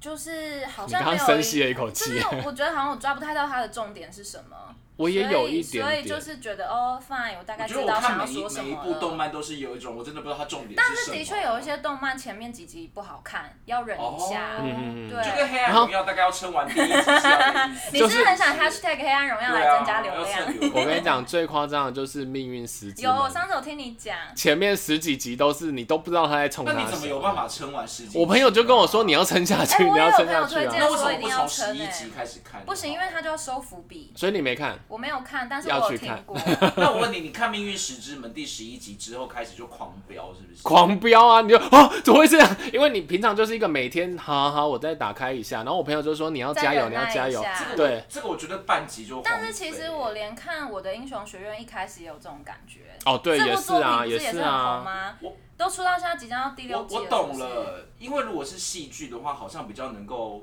[SPEAKER 2] 就是好
[SPEAKER 3] 你
[SPEAKER 2] 像
[SPEAKER 3] 刚
[SPEAKER 2] 没
[SPEAKER 3] 刚
[SPEAKER 2] 有
[SPEAKER 3] 深
[SPEAKER 2] 一
[SPEAKER 3] 吸了一口
[SPEAKER 2] 就是
[SPEAKER 3] 气，啊
[SPEAKER 2] 我觉得好像我抓不太到它的重点是什么，
[SPEAKER 3] 我也有一点
[SPEAKER 2] 所以
[SPEAKER 3] 点。
[SPEAKER 2] 所以就是觉得哦，fine，我大
[SPEAKER 1] 我
[SPEAKER 2] 概
[SPEAKER 1] 觉
[SPEAKER 2] 知
[SPEAKER 1] 得我
[SPEAKER 2] 道
[SPEAKER 1] 看
[SPEAKER 2] 想要
[SPEAKER 1] 每一
[SPEAKER 2] 说什
[SPEAKER 1] 每一
[SPEAKER 2] 么
[SPEAKER 1] 部动
[SPEAKER 2] 了。
[SPEAKER 1] 漫都是有一种，我真的不知道它重点
[SPEAKER 2] 但
[SPEAKER 1] 什
[SPEAKER 2] 是
[SPEAKER 1] 么。
[SPEAKER 2] 的确有一些动漫前面几集不好看，要忍一下。
[SPEAKER 1] 哦
[SPEAKER 3] 嗯嗯嗯
[SPEAKER 1] 就
[SPEAKER 2] 对
[SPEAKER 1] 跟，黑暗荣耀大概要撑完第一集是要的意思。
[SPEAKER 2] 你
[SPEAKER 3] 就是
[SPEAKER 2] 很想 hashtag 黑暗荣耀来增加流
[SPEAKER 1] 对啊要
[SPEAKER 2] 量？
[SPEAKER 1] 蹭流量
[SPEAKER 3] 我跟你讲， 最夸张的就是《命运石之
[SPEAKER 2] 有，
[SPEAKER 3] 门
[SPEAKER 2] 我》，上次有听你讲，
[SPEAKER 3] 前面十几集都是你都不知道他在冲
[SPEAKER 1] 那你
[SPEAKER 3] 他
[SPEAKER 1] 怎么
[SPEAKER 3] 什
[SPEAKER 1] 有办法撑完十集？啊
[SPEAKER 3] 我朋友就跟我说，你要撑下去，
[SPEAKER 2] 哎我
[SPEAKER 3] 你
[SPEAKER 2] 也
[SPEAKER 3] 要
[SPEAKER 2] 有
[SPEAKER 3] 撑
[SPEAKER 2] 朋友
[SPEAKER 3] 下去
[SPEAKER 2] 推
[SPEAKER 3] 啊
[SPEAKER 2] 荐！
[SPEAKER 1] 那为什么不从
[SPEAKER 2] 所
[SPEAKER 1] 十
[SPEAKER 2] 以一定
[SPEAKER 1] 一
[SPEAKER 2] 要撑欸
[SPEAKER 1] 集开始看？
[SPEAKER 2] 不行，因为它就要收伏笔。
[SPEAKER 3] 所以你没看，
[SPEAKER 2] 我没有看，但是
[SPEAKER 3] 要
[SPEAKER 2] 我
[SPEAKER 3] 去
[SPEAKER 2] 有
[SPEAKER 3] 看
[SPEAKER 2] 听 过。
[SPEAKER 1] 那我问你，你看《命运石之门》第十一集之后开始就狂飙，是不是？
[SPEAKER 3] 狂飙啊！你就啊，怎么会这样？ 因为你平常就是一个每天，好好，我再打开一下。然后我朋友就说你要加油，
[SPEAKER 2] 再忍
[SPEAKER 3] 你
[SPEAKER 2] 耐
[SPEAKER 3] 要加油
[SPEAKER 2] 一。下
[SPEAKER 1] 这个我
[SPEAKER 3] 对，
[SPEAKER 1] 这个我觉得半集就荒废。
[SPEAKER 2] 啊但是其实我连看我的英雄学院一开始也有这种感觉，
[SPEAKER 3] 哦，对，
[SPEAKER 2] 这
[SPEAKER 3] 也
[SPEAKER 2] 部
[SPEAKER 3] 是
[SPEAKER 2] 作品
[SPEAKER 3] 啊，
[SPEAKER 2] 不是
[SPEAKER 3] 是
[SPEAKER 2] 很红
[SPEAKER 3] 啊。
[SPEAKER 2] 吗
[SPEAKER 1] 我？
[SPEAKER 2] 都出到现在即将要第六
[SPEAKER 1] 我
[SPEAKER 2] 季
[SPEAKER 1] 我
[SPEAKER 2] 了
[SPEAKER 1] 懂
[SPEAKER 2] 是不是
[SPEAKER 1] 了，因为如果是戏剧的话，好像比较能够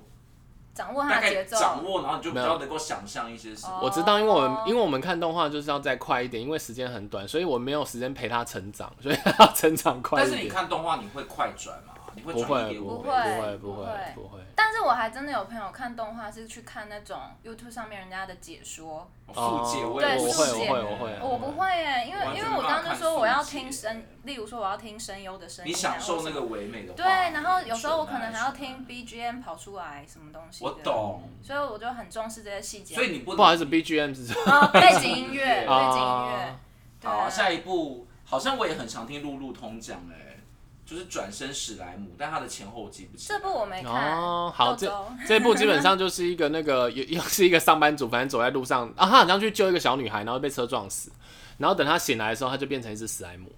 [SPEAKER 2] 掌握
[SPEAKER 1] 大
[SPEAKER 2] 它的
[SPEAKER 1] 概
[SPEAKER 2] 节奏。
[SPEAKER 1] 掌握，然后你就比
[SPEAKER 3] 没
[SPEAKER 1] 较
[SPEAKER 3] 有
[SPEAKER 1] 能够想象一些什么。
[SPEAKER 2] 哦
[SPEAKER 3] 我知道，因为我们
[SPEAKER 2] 哦
[SPEAKER 3] 因为我们看动画就是要再快一点，因为时间很短，所以我没有时间陪他成长，所以要成长快
[SPEAKER 1] 但
[SPEAKER 3] 一
[SPEAKER 1] 是你
[SPEAKER 3] 点。
[SPEAKER 1] 看动画，你会快转吗？你会
[SPEAKER 3] 不
[SPEAKER 1] 转一
[SPEAKER 3] 会
[SPEAKER 1] 点
[SPEAKER 3] 不
[SPEAKER 1] 五
[SPEAKER 3] 会
[SPEAKER 1] 倍
[SPEAKER 3] 不
[SPEAKER 2] 会
[SPEAKER 3] 会
[SPEAKER 2] 不
[SPEAKER 3] 不会
[SPEAKER 2] 会
[SPEAKER 3] 不会，
[SPEAKER 2] 但是我还真的有朋友看动画是去看那种 YouTube 上面人家的解说，
[SPEAKER 1] 哦速解我
[SPEAKER 2] 对
[SPEAKER 1] 也
[SPEAKER 2] 速
[SPEAKER 1] 是
[SPEAKER 2] 解
[SPEAKER 1] 耶
[SPEAKER 2] 我会
[SPEAKER 3] 我会
[SPEAKER 2] 我不会耶，因为
[SPEAKER 1] 嗯完全
[SPEAKER 2] 因为我刚刚就说
[SPEAKER 1] 没办法看
[SPEAKER 2] 我要
[SPEAKER 1] 速解
[SPEAKER 2] 听声，例如说我要听声优的声音，
[SPEAKER 1] 你享受那
[SPEAKER 2] 然后
[SPEAKER 1] 个啊唯美的
[SPEAKER 2] 什么
[SPEAKER 1] 画
[SPEAKER 2] 对，
[SPEAKER 1] 面
[SPEAKER 2] 然后有时候我可能还要。
[SPEAKER 1] 你
[SPEAKER 2] 听 BGM 跑出来什么东西，
[SPEAKER 1] 我，懂，
[SPEAKER 2] 所以我就很重视这些细节。
[SPEAKER 1] 所以你不
[SPEAKER 3] 不好意
[SPEAKER 1] 思。
[SPEAKER 3] 思，BGM 是什么
[SPEAKER 2] 哦，背景音乐，
[SPEAKER 1] 背景音
[SPEAKER 2] 背
[SPEAKER 1] 乐
[SPEAKER 2] 景音乐
[SPEAKER 3] 啊，
[SPEAKER 2] 对
[SPEAKER 1] 好，
[SPEAKER 2] 啊，
[SPEAKER 1] 下一部好像我也很常听路路通讲哎、就是转身史莱姆，但它的前后记不清。
[SPEAKER 2] 这部我没看。
[SPEAKER 3] 哦，好，
[SPEAKER 2] 豆
[SPEAKER 3] 这
[SPEAKER 2] 豆
[SPEAKER 3] 这部基本上就是一个那个又又是一个上班族，反正走在路上啊，他好像去救一个小女孩，然后被车撞死，然后等他醒来的时候，他就变成一只史莱姆，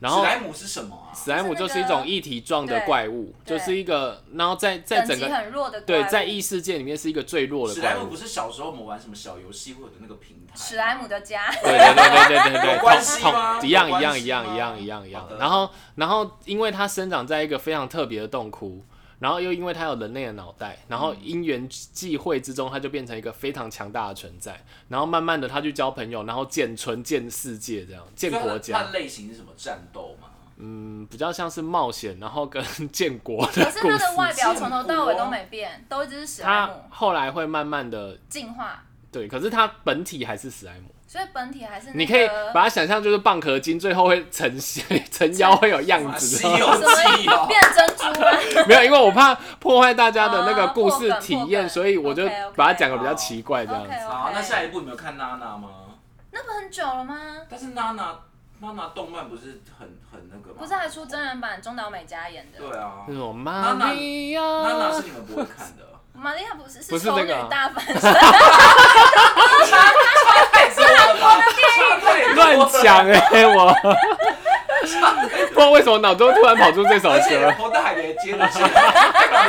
[SPEAKER 3] 然后
[SPEAKER 1] 史莱姆是什么啊？
[SPEAKER 3] 史莱姆就是一种一体状的怪物，
[SPEAKER 2] 对
[SPEAKER 3] 就是一个，然后在在整
[SPEAKER 2] 等级
[SPEAKER 3] 个
[SPEAKER 2] 很弱的怪
[SPEAKER 3] 对
[SPEAKER 2] 物
[SPEAKER 3] 在异世界里面是一个最弱的
[SPEAKER 1] 史莱
[SPEAKER 3] 怪
[SPEAKER 1] 姆
[SPEAKER 3] 物
[SPEAKER 1] 不，是小时候我们玩什么小游戏会有的那个平台？
[SPEAKER 2] 史莱姆的 家，
[SPEAKER 3] 对对对对对对，
[SPEAKER 1] 有关系
[SPEAKER 3] 痛
[SPEAKER 1] 吗
[SPEAKER 3] 痛一样
[SPEAKER 1] 有关
[SPEAKER 3] 一样
[SPEAKER 1] 系
[SPEAKER 3] 一样
[SPEAKER 1] 吗
[SPEAKER 3] 一样一样一样
[SPEAKER 1] 好的。
[SPEAKER 3] 然后然后因为它生长在一个非常特别的洞窟，然后又因为它有人类的脑袋，然后因缘际会之中，它就变成一个非常强大的存在。然后慢慢的，它去交朋友，然后建村、建世界，这样建
[SPEAKER 1] 所以它
[SPEAKER 3] 国
[SPEAKER 1] 的它
[SPEAKER 3] 家
[SPEAKER 1] 的，类型是什么？战斗吗？
[SPEAKER 3] 嗯，比较像是冒险，然后跟建国的
[SPEAKER 2] 可是
[SPEAKER 3] 故
[SPEAKER 2] 它的外
[SPEAKER 3] 事。
[SPEAKER 2] 表从头到尾都没变，都一直是史莱
[SPEAKER 3] 它
[SPEAKER 2] 姆
[SPEAKER 3] 后来会慢慢的
[SPEAKER 2] 进化，
[SPEAKER 3] 对，可是它本体还是史莱姆。
[SPEAKER 2] 所以本体还是那个
[SPEAKER 3] 你可以把它想象就是蚌壳精，最后会成 形成妖会有样
[SPEAKER 1] 啊
[SPEAKER 3] 子
[SPEAKER 1] 西
[SPEAKER 3] 的。
[SPEAKER 1] 游记
[SPEAKER 2] 什么
[SPEAKER 1] 哦，
[SPEAKER 2] 变珍珠吗？
[SPEAKER 3] 没有，因为我怕破坏大家的那个
[SPEAKER 2] 哦
[SPEAKER 3] 故
[SPEAKER 2] 破
[SPEAKER 3] 事
[SPEAKER 2] 梗
[SPEAKER 3] 体
[SPEAKER 2] 破
[SPEAKER 3] 验，
[SPEAKER 2] 梗
[SPEAKER 3] 所以我就
[SPEAKER 2] OK，OK
[SPEAKER 3] 把它讲的比较奇怪这样子。
[SPEAKER 2] OK
[SPEAKER 1] 好，那
[SPEAKER 2] OK，
[SPEAKER 1] 下一部你们有看娜娜吗？
[SPEAKER 2] 那不很久了吗？
[SPEAKER 1] 但是娜娜娜娜动漫不是很很那个吗？
[SPEAKER 2] 不是还出真人版中岛美嘉演的？
[SPEAKER 1] 对啊
[SPEAKER 3] 那，种
[SPEAKER 1] 娜
[SPEAKER 3] 玛
[SPEAKER 1] 娜
[SPEAKER 3] 利亚，
[SPEAKER 1] 娜娜是你们不会看的。
[SPEAKER 2] 玛利亚不是
[SPEAKER 3] 不是
[SPEAKER 2] 丑
[SPEAKER 3] 这
[SPEAKER 2] 女
[SPEAKER 3] 个啊
[SPEAKER 2] 大翻 身，
[SPEAKER 1] 太多了吧，太多了
[SPEAKER 3] 乱讲啊 哎，我不知道为什么脑中突然跑出这首
[SPEAKER 1] 而且
[SPEAKER 3] 歌。
[SPEAKER 1] 彭大海的接的是，还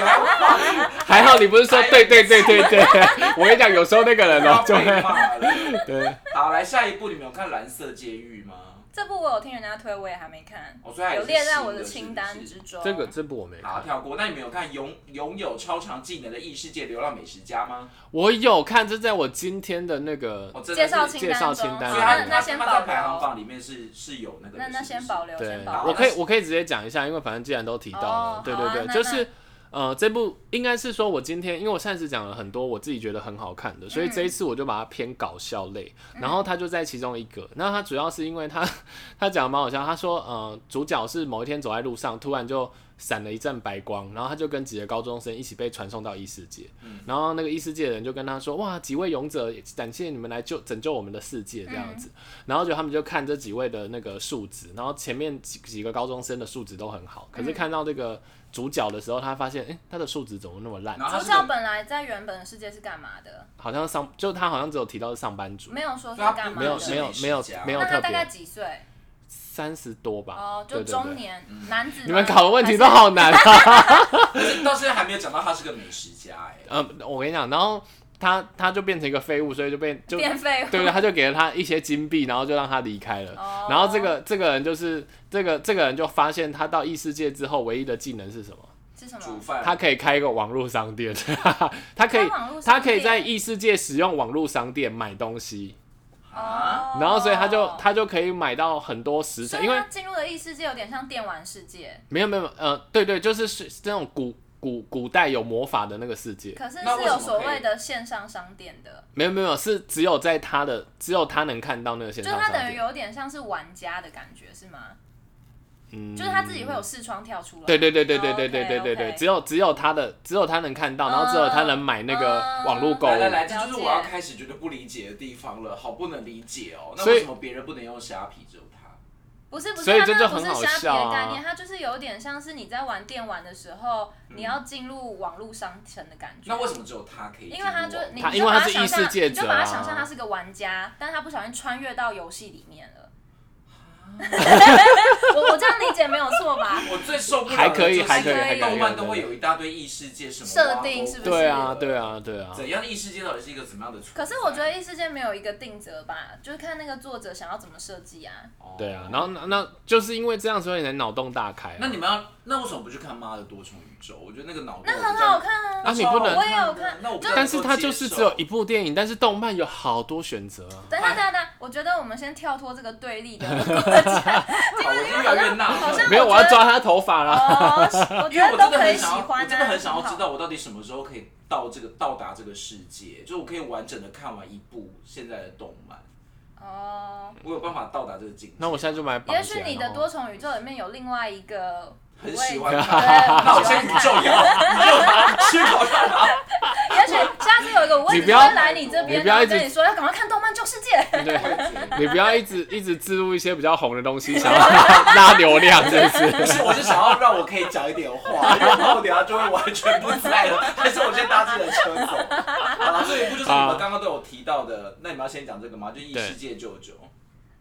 [SPEAKER 3] 还好你不是说对对对对对，我跟你讲，有时候那个人哦、就
[SPEAKER 1] 被
[SPEAKER 3] 会
[SPEAKER 1] 骂了。
[SPEAKER 3] 对，
[SPEAKER 1] 好，来下一部，你们有看《蓝色监狱》吗？
[SPEAKER 2] 这部我有听人家推，我也还没看，
[SPEAKER 1] 哦，所以它也
[SPEAKER 2] 有
[SPEAKER 1] 是
[SPEAKER 2] 列
[SPEAKER 1] 新
[SPEAKER 2] 在我
[SPEAKER 1] 的
[SPEAKER 2] 的
[SPEAKER 1] 是
[SPEAKER 2] 清
[SPEAKER 1] 不
[SPEAKER 2] 单
[SPEAKER 1] 是
[SPEAKER 2] 之中。
[SPEAKER 3] 这个这部我没
[SPEAKER 1] 好，
[SPEAKER 3] 看，
[SPEAKER 1] 跳过。那你们有看拥拥有超常技能的异世界流浪美食家 吗？
[SPEAKER 3] 我有看，这在我今天的那个
[SPEAKER 1] 哦，真的
[SPEAKER 2] 介
[SPEAKER 1] 是
[SPEAKER 2] 绍清
[SPEAKER 3] 介绍
[SPEAKER 2] 单
[SPEAKER 3] 清
[SPEAKER 2] 中，
[SPEAKER 3] 单
[SPEAKER 1] 所以
[SPEAKER 3] 啊
[SPEAKER 1] 他
[SPEAKER 2] 那
[SPEAKER 1] 他
[SPEAKER 2] 那先
[SPEAKER 1] 他
[SPEAKER 2] 保
[SPEAKER 1] 在排行
[SPEAKER 2] 留，
[SPEAKER 1] 榜里面是是有那个的，
[SPEAKER 2] 那那
[SPEAKER 1] 是不
[SPEAKER 2] 先
[SPEAKER 1] 是
[SPEAKER 2] 保留，
[SPEAKER 3] 对
[SPEAKER 2] 先，保
[SPEAKER 1] 好
[SPEAKER 2] 留。
[SPEAKER 3] 我可以我可以直接讲一下，因为反正既然都提到了，
[SPEAKER 2] 哦
[SPEAKER 3] 对
[SPEAKER 2] 好啊
[SPEAKER 3] 对对，
[SPEAKER 2] 那
[SPEAKER 3] 就是呃，这部应该是说我今天，因为我上次讲了很多我自己觉得很好看的，所以
[SPEAKER 2] 嗯
[SPEAKER 3] 这一次我就把它偏搞笑类，然后他就在其中一个，那他主要是因为他 他讲的蛮好笑，他说呃，主角是某一天走在路上，突然就。闪了一阵白光，然后他就跟几个高中生一起被传送到异世界，
[SPEAKER 2] 嗯
[SPEAKER 3] 然后那个异世界的人就跟他说：“哇，几位勇者，感谢你们来救拯救我们的世界这样子。然后就他们就看这几位的那个数值，然后前面几几个高中生的数值都很好，可是看到这个主角的时候，他发现，哎、他的数值怎么那么烂？
[SPEAKER 1] 然后他
[SPEAKER 2] 主
[SPEAKER 1] 是个
[SPEAKER 2] 角本来在原本的世界是干嘛的？
[SPEAKER 3] 好像上就他好像只有提到是上班族，
[SPEAKER 2] 没有说是
[SPEAKER 1] 对啊
[SPEAKER 2] 干嘛
[SPEAKER 3] 没有
[SPEAKER 2] 的。
[SPEAKER 3] 没有没有没有
[SPEAKER 2] 那他
[SPEAKER 3] 特
[SPEAKER 2] 大概
[SPEAKER 3] 别
[SPEAKER 2] 几岁？
[SPEAKER 3] 三十多吧，
[SPEAKER 2] 哦，
[SPEAKER 3] 对
[SPEAKER 2] 就
[SPEAKER 3] 对
[SPEAKER 2] 中
[SPEAKER 3] 对。
[SPEAKER 2] 年
[SPEAKER 1] 嗯
[SPEAKER 2] 男子吗。
[SPEAKER 3] 你们考的问
[SPEAKER 2] 还
[SPEAKER 3] 题
[SPEAKER 2] 是
[SPEAKER 3] 都好难啊！
[SPEAKER 1] 可是到现在还没有讲到他是个美食家哎、
[SPEAKER 3] 嗯，我跟你讲，然后他他就变成一个废物，所以就被就
[SPEAKER 2] 变废物。
[SPEAKER 3] 对对，他就给了他一些金币，然后就让他离开了。
[SPEAKER 2] 哦
[SPEAKER 3] 然后这个这个人就是这个这个人就发现他到异世界之后唯一的技能是什么？
[SPEAKER 2] 是什
[SPEAKER 1] 煮
[SPEAKER 2] 么？
[SPEAKER 1] 饭。
[SPEAKER 3] 他可以开一个网络商店，他可
[SPEAKER 2] 开
[SPEAKER 3] 以
[SPEAKER 2] 网络商店
[SPEAKER 3] 他可以在异世界使用网络商店买东西，
[SPEAKER 1] 啊，
[SPEAKER 3] 然后所以他就他就可以买到很多食
[SPEAKER 2] 哦所
[SPEAKER 3] 材，
[SPEAKER 2] 以
[SPEAKER 3] 因为
[SPEAKER 2] 他进入的异世界有点像电玩世界，
[SPEAKER 3] 没有没有呃对对，就是是是那种古古古代有魔法的那个世界，
[SPEAKER 2] 可是
[SPEAKER 1] 那为
[SPEAKER 2] 是
[SPEAKER 1] 什么
[SPEAKER 2] 有所
[SPEAKER 1] 可以
[SPEAKER 2] 谓的线上商店的，
[SPEAKER 3] 没有没有是只有在他的只有他能看到那个线
[SPEAKER 2] 就是
[SPEAKER 3] 上
[SPEAKER 2] 他
[SPEAKER 3] 商
[SPEAKER 2] 等于
[SPEAKER 3] 店，
[SPEAKER 2] 有点像是玩家的感觉，是吗？
[SPEAKER 3] 嗯
[SPEAKER 2] 就是他自己会有视窗跳出来。
[SPEAKER 3] 对对对对对对对对对
[SPEAKER 2] OK，OK
[SPEAKER 3] 对，只有只有他的只有他能看到，然后只有他能买那个
[SPEAKER 2] 嗯
[SPEAKER 3] 网络购
[SPEAKER 1] 来
[SPEAKER 3] 物
[SPEAKER 1] 来，来，这就是
[SPEAKER 2] 了解
[SPEAKER 1] 我要开始觉得不理解的地方了，好不能理解哦。那
[SPEAKER 3] 所以
[SPEAKER 1] 为什么别人不能用虾皮，只有他？
[SPEAKER 2] 不是不是，
[SPEAKER 3] 所以这
[SPEAKER 2] 它
[SPEAKER 3] 就
[SPEAKER 2] 那不
[SPEAKER 3] 很
[SPEAKER 2] 是
[SPEAKER 3] 好
[SPEAKER 2] 虾皮
[SPEAKER 3] 笑啊
[SPEAKER 2] 的概念，它就是有点像是你在玩电玩的时候，你要进入网络商城的感觉
[SPEAKER 1] 那。为什么只有他可以进
[SPEAKER 2] 因
[SPEAKER 1] 入
[SPEAKER 2] 为
[SPEAKER 1] 网？
[SPEAKER 2] 他就你
[SPEAKER 3] 他
[SPEAKER 2] 你
[SPEAKER 3] 因
[SPEAKER 2] 就
[SPEAKER 3] 为
[SPEAKER 2] 把
[SPEAKER 3] 他
[SPEAKER 2] 它
[SPEAKER 3] 是
[SPEAKER 2] 想
[SPEAKER 3] 异世
[SPEAKER 2] 象，
[SPEAKER 3] 界
[SPEAKER 2] 你就
[SPEAKER 3] 者
[SPEAKER 2] 把
[SPEAKER 3] 啊
[SPEAKER 2] 它想象他是个玩家，但是他不小心穿越到游戏里面了。
[SPEAKER 1] 啊
[SPEAKER 2] 我我这样理解没有错吧？
[SPEAKER 1] 我最受不了的
[SPEAKER 3] 还可以
[SPEAKER 1] 就是
[SPEAKER 3] 还可
[SPEAKER 2] 还
[SPEAKER 3] 以
[SPEAKER 2] 可
[SPEAKER 3] 还可
[SPEAKER 2] 以
[SPEAKER 3] 以，
[SPEAKER 1] 动漫都
[SPEAKER 3] 对
[SPEAKER 1] 会有一大堆异世界什么
[SPEAKER 2] 设定是不是
[SPEAKER 3] 对啊，对。啊，对啊。
[SPEAKER 1] 怎样的异世界到底是一个怎么样的存在？
[SPEAKER 2] 可是我觉得异世界没有一个定则吧，就是看那个作者想要怎么设计啊。
[SPEAKER 1] 哦
[SPEAKER 3] 对啊，然后那那就是因为这样，所以才脑洞大开啊、
[SPEAKER 1] 那你们要那为什么不去看《妈的多重宇宙》？我觉得那个脑洞
[SPEAKER 2] 那很好看
[SPEAKER 3] 啊
[SPEAKER 2] 啊，
[SPEAKER 3] 你不能
[SPEAKER 2] 我也有看，
[SPEAKER 1] 那我不
[SPEAKER 2] 就
[SPEAKER 1] 能
[SPEAKER 3] 但是它
[SPEAKER 1] 接
[SPEAKER 3] 就是
[SPEAKER 1] 受
[SPEAKER 3] 只有一部电影，但是动漫有好多选择啊。
[SPEAKER 1] 哎
[SPEAKER 2] 等一下等一下等一下，我觉得我们先跳脱这个 对立的国家，
[SPEAKER 1] 好，我越来越纳闷
[SPEAKER 2] 好像
[SPEAKER 3] 没有，
[SPEAKER 2] 我
[SPEAKER 3] 我
[SPEAKER 2] 觉得
[SPEAKER 3] 要抓他头发啦。
[SPEAKER 2] 哦，我
[SPEAKER 1] 因为
[SPEAKER 2] 觉
[SPEAKER 1] 我真
[SPEAKER 2] 得都
[SPEAKER 1] 的
[SPEAKER 2] 可以
[SPEAKER 1] 很
[SPEAKER 2] 喜
[SPEAKER 1] 想要，
[SPEAKER 2] 欢啊，
[SPEAKER 1] 我真的很想
[SPEAKER 2] 很
[SPEAKER 1] 要
[SPEAKER 2] 好
[SPEAKER 1] 知道我到底什么时候可以到这个到达这个世界，就是我可以完整的看完一部现在的动漫，
[SPEAKER 2] 哦。
[SPEAKER 1] 我有办法到达这个境界。
[SPEAKER 3] 那我现在就买绑
[SPEAKER 2] 也
[SPEAKER 3] 起
[SPEAKER 2] 许
[SPEAKER 3] 来。
[SPEAKER 2] 你的
[SPEAKER 3] 然后
[SPEAKER 2] 多重宇宙里面有另外一个
[SPEAKER 1] 很
[SPEAKER 2] 我也
[SPEAKER 1] 喜欢
[SPEAKER 2] 对，
[SPEAKER 1] 看，那
[SPEAKER 2] 我
[SPEAKER 1] 我
[SPEAKER 2] 喜
[SPEAKER 1] 先
[SPEAKER 2] 欢
[SPEAKER 1] 宇
[SPEAKER 2] 看。
[SPEAKER 1] 宙要，你就把它去搞它吧。
[SPEAKER 2] 也许下次有一个位
[SPEAKER 3] 你
[SPEAKER 2] 置
[SPEAKER 3] 不要
[SPEAKER 2] 会来你这边，
[SPEAKER 3] 你不
[SPEAKER 2] 然
[SPEAKER 3] 要
[SPEAKER 2] 后
[SPEAKER 3] 一直
[SPEAKER 2] 跟你说要赶快看动漫救世界。
[SPEAKER 3] 对，
[SPEAKER 1] 不
[SPEAKER 3] 你不要 一直一直植入一些比较红的东西，想要拉流量，是不 是？
[SPEAKER 1] 是，我是想要让我可以讲一点话，因为然后我等下就会完全不在了。还是我先搭自己的车走。好了，这一部就是你们刚刚都有提到的，那你们要先讲这个吗？就异世界舅舅，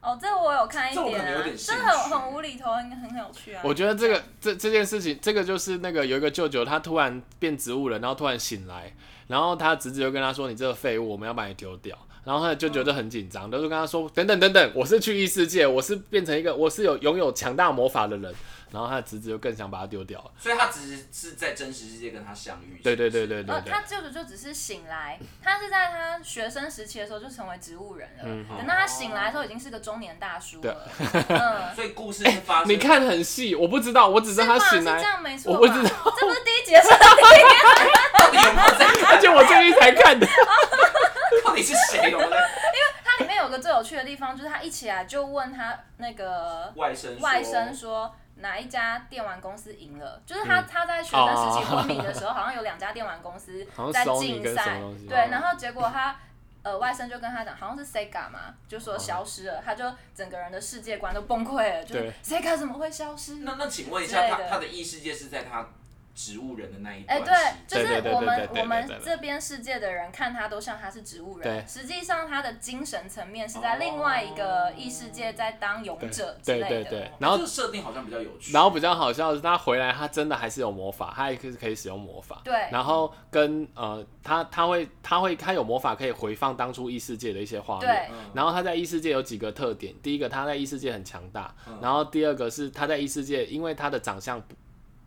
[SPEAKER 2] 哦，这我有看一
[SPEAKER 1] 这我可
[SPEAKER 2] 点
[SPEAKER 1] 能有
[SPEAKER 2] 啊
[SPEAKER 1] 点，兴
[SPEAKER 2] 这
[SPEAKER 1] 趣
[SPEAKER 2] 很很无厘头，很很有趣啊。
[SPEAKER 3] 我觉得这个这这件事情，这个就是那个有一个舅舅，他突然变植物人，然后突然醒来，然后他侄子就跟他说：“你这个废物，我们要把你丢掉。”然后他的舅舅就很紧张，他就跟他说：“等等等等，我是去异世界，我是变成一个我是有拥有强大魔法的人。”然后他的侄子就更想把他丢掉了。
[SPEAKER 1] 所以他只是是在真实世界跟他相遇。
[SPEAKER 3] 对对
[SPEAKER 1] 是不是
[SPEAKER 3] 对对对
[SPEAKER 2] 呃，
[SPEAKER 3] 对
[SPEAKER 2] 他。舅舅就只是醒来， 他是在他学生时期的时候就成为植物人了，
[SPEAKER 3] 嗯
[SPEAKER 2] 等到他醒来的时候已经是个中年大叔了。 嗯，
[SPEAKER 1] 所以故事是发生，
[SPEAKER 3] 你看很细，我不知道，我只知道他
[SPEAKER 2] 是吧
[SPEAKER 3] 醒
[SPEAKER 2] 是这
[SPEAKER 3] 来，
[SPEAKER 2] 样没错吧，
[SPEAKER 3] 我不知道
[SPEAKER 2] 这不是第一集的设定。
[SPEAKER 1] 到底有 没有在看？
[SPEAKER 3] 而且我最近才看的。
[SPEAKER 1] 到底是谁？我们的
[SPEAKER 2] 它里面有个最有趣的地方，就是他一起来就问他那个
[SPEAKER 1] 外甥说
[SPEAKER 2] 外甥说哪一家电玩公司赢了，就是
[SPEAKER 3] 嗯
[SPEAKER 2] 他、他在学生时期昏迷的时候，好像有两家电玩公司
[SPEAKER 3] 哦好像
[SPEAKER 2] 在
[SPEAKER 3] Sony
[SPEAKER 2] 竞
[SPEAKER 3] 跟什
[SPEAKER 2] 赛
[SPEAKER 3] 么东西，哦
[SPEAKER 2] 对，然后结果他。呃，外甥就跟他讲，好像是 Sega 嘛，就说消失了，他就整个人的世界观都崩溃了，就是
[SPEAKER 3] 对
[SPEAKER 2] Sega 怎么会消失？
[SPEAKER 1] 那那请问一下，
[SPEAKER 2] 之
[SPEAKER 1] 他
[SPEAKER 2] 类的
[SPEAKER 1] 他的异世界是在他植物人的那一
[SPEAKER 2] 哎、
[SPEAKER 1] 段戏。
[SPEAKER 2] 对，就
[SPEAKER 3] 对对对
[SPEAKER 2] 是我
[SPEAKER 3] 对对
[SPEAKER 2] 们
[SPEAKER 3] 对对
[SPEAKER 2] 我们
[SPEAKER 3] 对对
[SPEAKER 2] 这边世界的人看他都像他是植物
[SPEAKER 3] 对
[SPEAKER 2] 人，实际上他的精神层面是在另外一个异世界在当勇者之
[SPEAKER 3] 对
[SPEAKER 2] 类的。
[SPEAKER 3] 对对，然
[SPEAKER 1] 然后
[SPEAKER 3] 后
[SPEAKER 1] 这个设定好像比较有趣。
[SPEAKER 3] 然后比较好笑的是，他回来他真的还是有魔法，他还是可以使用魔法。
[SPEAKER 2] 对
[SPEAKER 3] 然后跟呃，他他会他会他有魔法可以回放当初异世界的一些画面。
[SPEAKER 2] 对
[SPEAKER 1] 嗯
[SPEAKER 3] 然后他在异世界有几个特点，第一个他在异世界很强大，然后第二个是他在异世界，因为他的长相不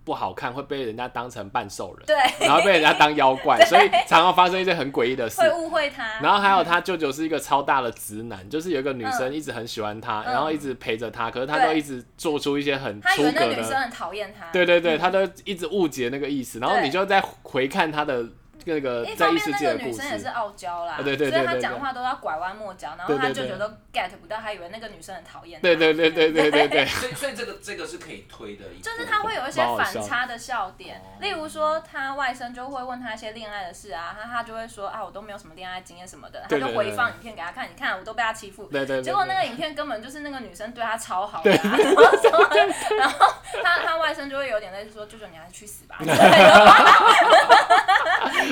[SPEAKER 3] 不好看，会被人家当成半兽人，
[SPEAKER 2] 对，
[SPEAKER 3] 然后被人家当妖怪，所以常常发生一些很诡异的事。
[SPEAKER 2] 会误会他。
[SPEAKER 3] 然后还有他舅舅是一个超大的直男，就是有一个女生一直很喜欢他，
[SPEAKER 2] 嗯
[SPEAKER 3] 然后一直陪着他，可是他
[SPEAKER 2] 对
[SPEAKER 3] 都一直做出一些很
[SPEAKER 2] 他以
[SPEAKER 3] 出
[SPEAKER 2] 为
[SPEAKER 3] 格
[SPEAKER 2] 那女生
[SPEAKER 3] 的，
[SPEAKER 2] 很讨厌他。
[SPEAKER 3] 对对对，他都一直误解那个意思，然后
[SPEAKER 2] 对
[SPEAKER 3] 你就在回看他的那个
[SPEAKER 2] 一
[SPEAKER 3] 在
[SPEAKER 2] 方
[SPEAKER 3] 异
[SPEAKER 2] 面
[SPEAKER 3] 世
[SPEAKER 2] 那
[SPEAKER 3] 界
[SPEAKER 2] 个
[SPEAKER 3] 的
[SPEAKER 2] 女
[SPEAKER 3] 故事
[SPEAKER 2] 生，也是傲娇啦，
[SPEAKER 3] 啊对对对
[SPEAKER 2] 所以她
[SPEAKER 3] 对对
[SPEAKER 2] 讲话都要拐弯抹角，然后
[SPEAKER 3] 对
[SPEAKER 2] 他
[SPEAKER 3] 对
[SPEAKER 2] 舅
[SPEAKER 3] 对
[SPEAKER 2] 舅都 get 不到，他以为那个女生很讨厌他。
[SPEAKER 3] 对对对对 对对对，
[SPEAKER 1] 所以所以这个这个是可以推的一部，
[SPEAKER 2] 就是他会有一些
[SPEAKER 3] 蛮好
[SPEAKER 2] 反
[SPEAKER 3] 笑的哦
[SPEAKER 2] 差的笑点，例如说他外甥就会问他一些恋爱的事啊，他他就会说啊我都没有什么恋爱经验什么的，他
[SPEAKER 3] 对
[SPEAKER 2] 就
[SPEAKER 3] 对
[SPEAKER 2] 回
[SPEAKER 3] 对
[SPEAKER 2] 放影片给他看，你看我都被他欺负。
[SPEAKER 3] 对对对
[SPEAKER 2] 结果
[SPEAKER 3] 对
[SPEAKER 2] 那个影片根本就是那个女生对他超好的啊、 然后说然后他他外甥就会有点类似说舅舅你还是去 死吧，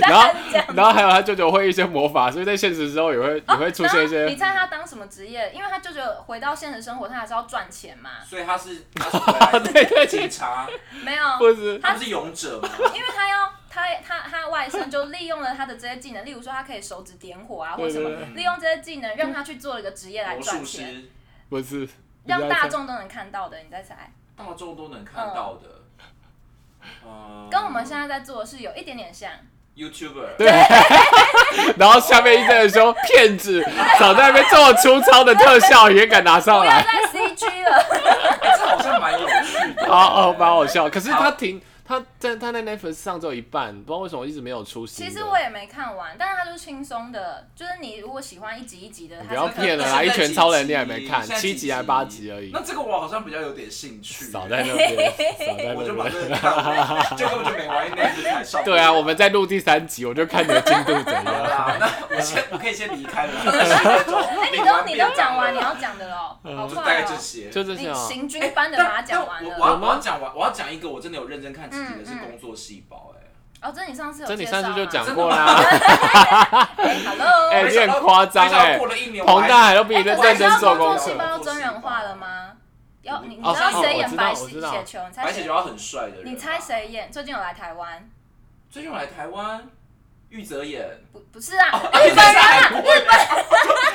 [SPEAKER 3] 然后
[SPEAKER 2] 这样
[SPEAKER 3] 然后还有他舅舅会一些魔法，所以在现实之后也会也会出现 一
[SPEAKER 2] 然后你
[SPEAKER 3] 些，
[SPEAKER 2] 猜他当什么职业？因为他舅舅回到现实生活，他还是要赚钱嘛。
[SPEAKER 1] 所以他是他是回来
[SPEAKER 3] 对对对
[SPEAKER 1] 警察，
[SPEAKER 2] 没有，
[SPEAKER 3] 不是
[SPEAKER 1] 他不是勇者吗？
[SPEAKER 2] 因为他要他他他外甥就利用了他的这些技能，例如说他可以手指点火啊，或什么，
[SPEAKER 3] 对对
[SPEAKER 2] 利用这些技能让他去做一个职业来
[SPEAKER 1] 魔术
[SPEAKER 2] 赚钱，
[SPEAKER 1] 师，
[SPEAKER 3] 不是，
[SPEAKER 2] 让大众都能看到的。你再猜，
[SPEAKER 1] 大众都能看到的。嗯，
[SPEAKER 2] 跟我们现在在做的是有一点点像。
[SPEAKER 1] YouTuber
[SPEAKER 3] 对然后下面一堆 人说骗子，早在那边这么粗糙的特效也敢拿上
[SPEAKER 2] 不要
[SPEAKER 3] 来，
[SPEAKER 2] 再 CG 了，
[SPEAKER 1] 哎这好像蛮有趣的。
[SPEAKER 3] 哦哦，蛮 好笑。可是他停，他在他在 Netflix 上只有一半，不知道为什么一直没有出新
[SPEAKER 2] 其
[SPEAKER 3] 的。
[SPEAKER 2] 实我也没看完，但是它就是轻松的，就是你如果喜欢一集一集的，
[SPEAKER 3] 你
[SPEAKER 2] 它
[SPEAKER 3] 不要
[SPEAKER 2] 是可以
[SPEAKER 3] 骗 了啦！
[SPEAKER 1] 现
[SPEAKER 3] 一
[SPEAKER 1] 在
[SPEAKER 3] 拳
[SPEAKER 1] 几
[SPEAKER 3] 超人你还没
[SPEAKER 1] 集
[SPEAKER 3] 看，
[SPEAKER 1] 现在
[SPEAKER 3] 七
[SPEAKER 1] 几
[SPEAKER 3] 集还
[SPEAKER 1] 集
[SPEAKER 3] 八集而已
[SPEAKER 1] 那，这个我好像比较有点兴趣。
[SPEAKER 3] 少在那边，少在
[SPEAKER 1] 我就
[SPEAKER 3] 那
[SPEAKER 1] 把这
[SPEAKER 3] 边。
[SPEAKER 1] 个看完， 就根本就没玩那次才上。
[SPEAKER 3] 对啊，我们在录第三集，我就看你的进度怎
[SPEAKER 1] 好
[SPEAKER 3] 样。
[SPEAKER 1] 啦，那我先我可以先离开了。哎
[SPEAKER 2] 哎，你都你都讲完你要讲的喽，好
[SPEAKER 1] 就大概
[SPEAKER 2] 快
[SPEAKER 1] 这
[SPEAKER 2] 哦！
[SPEAKER 1] 些。
[SPEAKER 3] 就嗯这
[SPEAKER 2] 你
[SPEAKER 3] 些啊，
[SPEAKER 2] 行
[SPEAKER 1] 哎
[SPEAKER 2] 军般的把它讲完
[SPEAKER 1] 但但我我
[SPEAKER 2] 了。
[SPEAKER 1] 要我要讲完，我要讲一个我真的有认真看几集的是
[SPEAKER 2] 嗯嗯
[SPEAKER 1] 工作细胞，哎，
[SPEAKER 2] 哦，这你上次有
[SPEAKER 3] 这
[SPEAKER 2] 介
[SPEAKER 3] 你
[SPEAKER 2] 绍
[SPEAKER 3] 上次就
[SPEAKER 2] 吗
[SPEAKER 3] 讲
[SPEAKER 1] 真的
[SPEAKER 3] 过
[SPEAKER 1] 吗
[SPEAKER 3] 啦。
[SPEAKER 2] 哎，Hello，
[SPEAKER 3] 哎
[SPEAKER 1] 没想到
[SPEAKER 3] 你很夸张
[SPEAKER 1] 没想到
[SPEAKER 3] 哎
[SPEAKER 1] 过了一年，
[SPEAKER 3] 彭大海都比你
[SPEAKER 2] 哎，
[SPEAKER 3] 认
[SPEAKER 2] 可是
[SPEAKER 3] 认
[SPEAKER 2] 你
[SPEAKER 3] 真
[SPEAKER 2] 知道
[SPEAKER 3] 做功
[SPEAKER 2] 作细
[SPEAKER 3] 课。
[SPEAKER 2] 胞真人化了吗？要你你知
[SPEAKER 3] 哦
[SPEAKER 2] 道
[SPEAKER 3] 哦
[SPEAKER 2] 谁
[SPEAKER 3] 我
[SPEAKER 2] 演
[SPEAKER 3] 知道
[SPEAKER 2] 白
[SPEAKER 3] 我
[SPEAKER 2] 血
[SPEAKER 3] 知道
[SPEAKER 2] 球？你猜
[SPEAKER 1] 白血
[SPEAKER 2] 谁
[SPEAKER 1] 球？要很帅的人。啊
[SPEAKER 2] 你猜？谁演？最近有来台湾？
[SPEAKER 1] 最近我来台湾，玉泽演。
[SPEAKER 2] 不不是啊，
[SPEAKER 3] 哦
[SPEAKER 1] 啊
[SPEAKER 2] 日本人啊！
[SPEAKER 1] 日本人。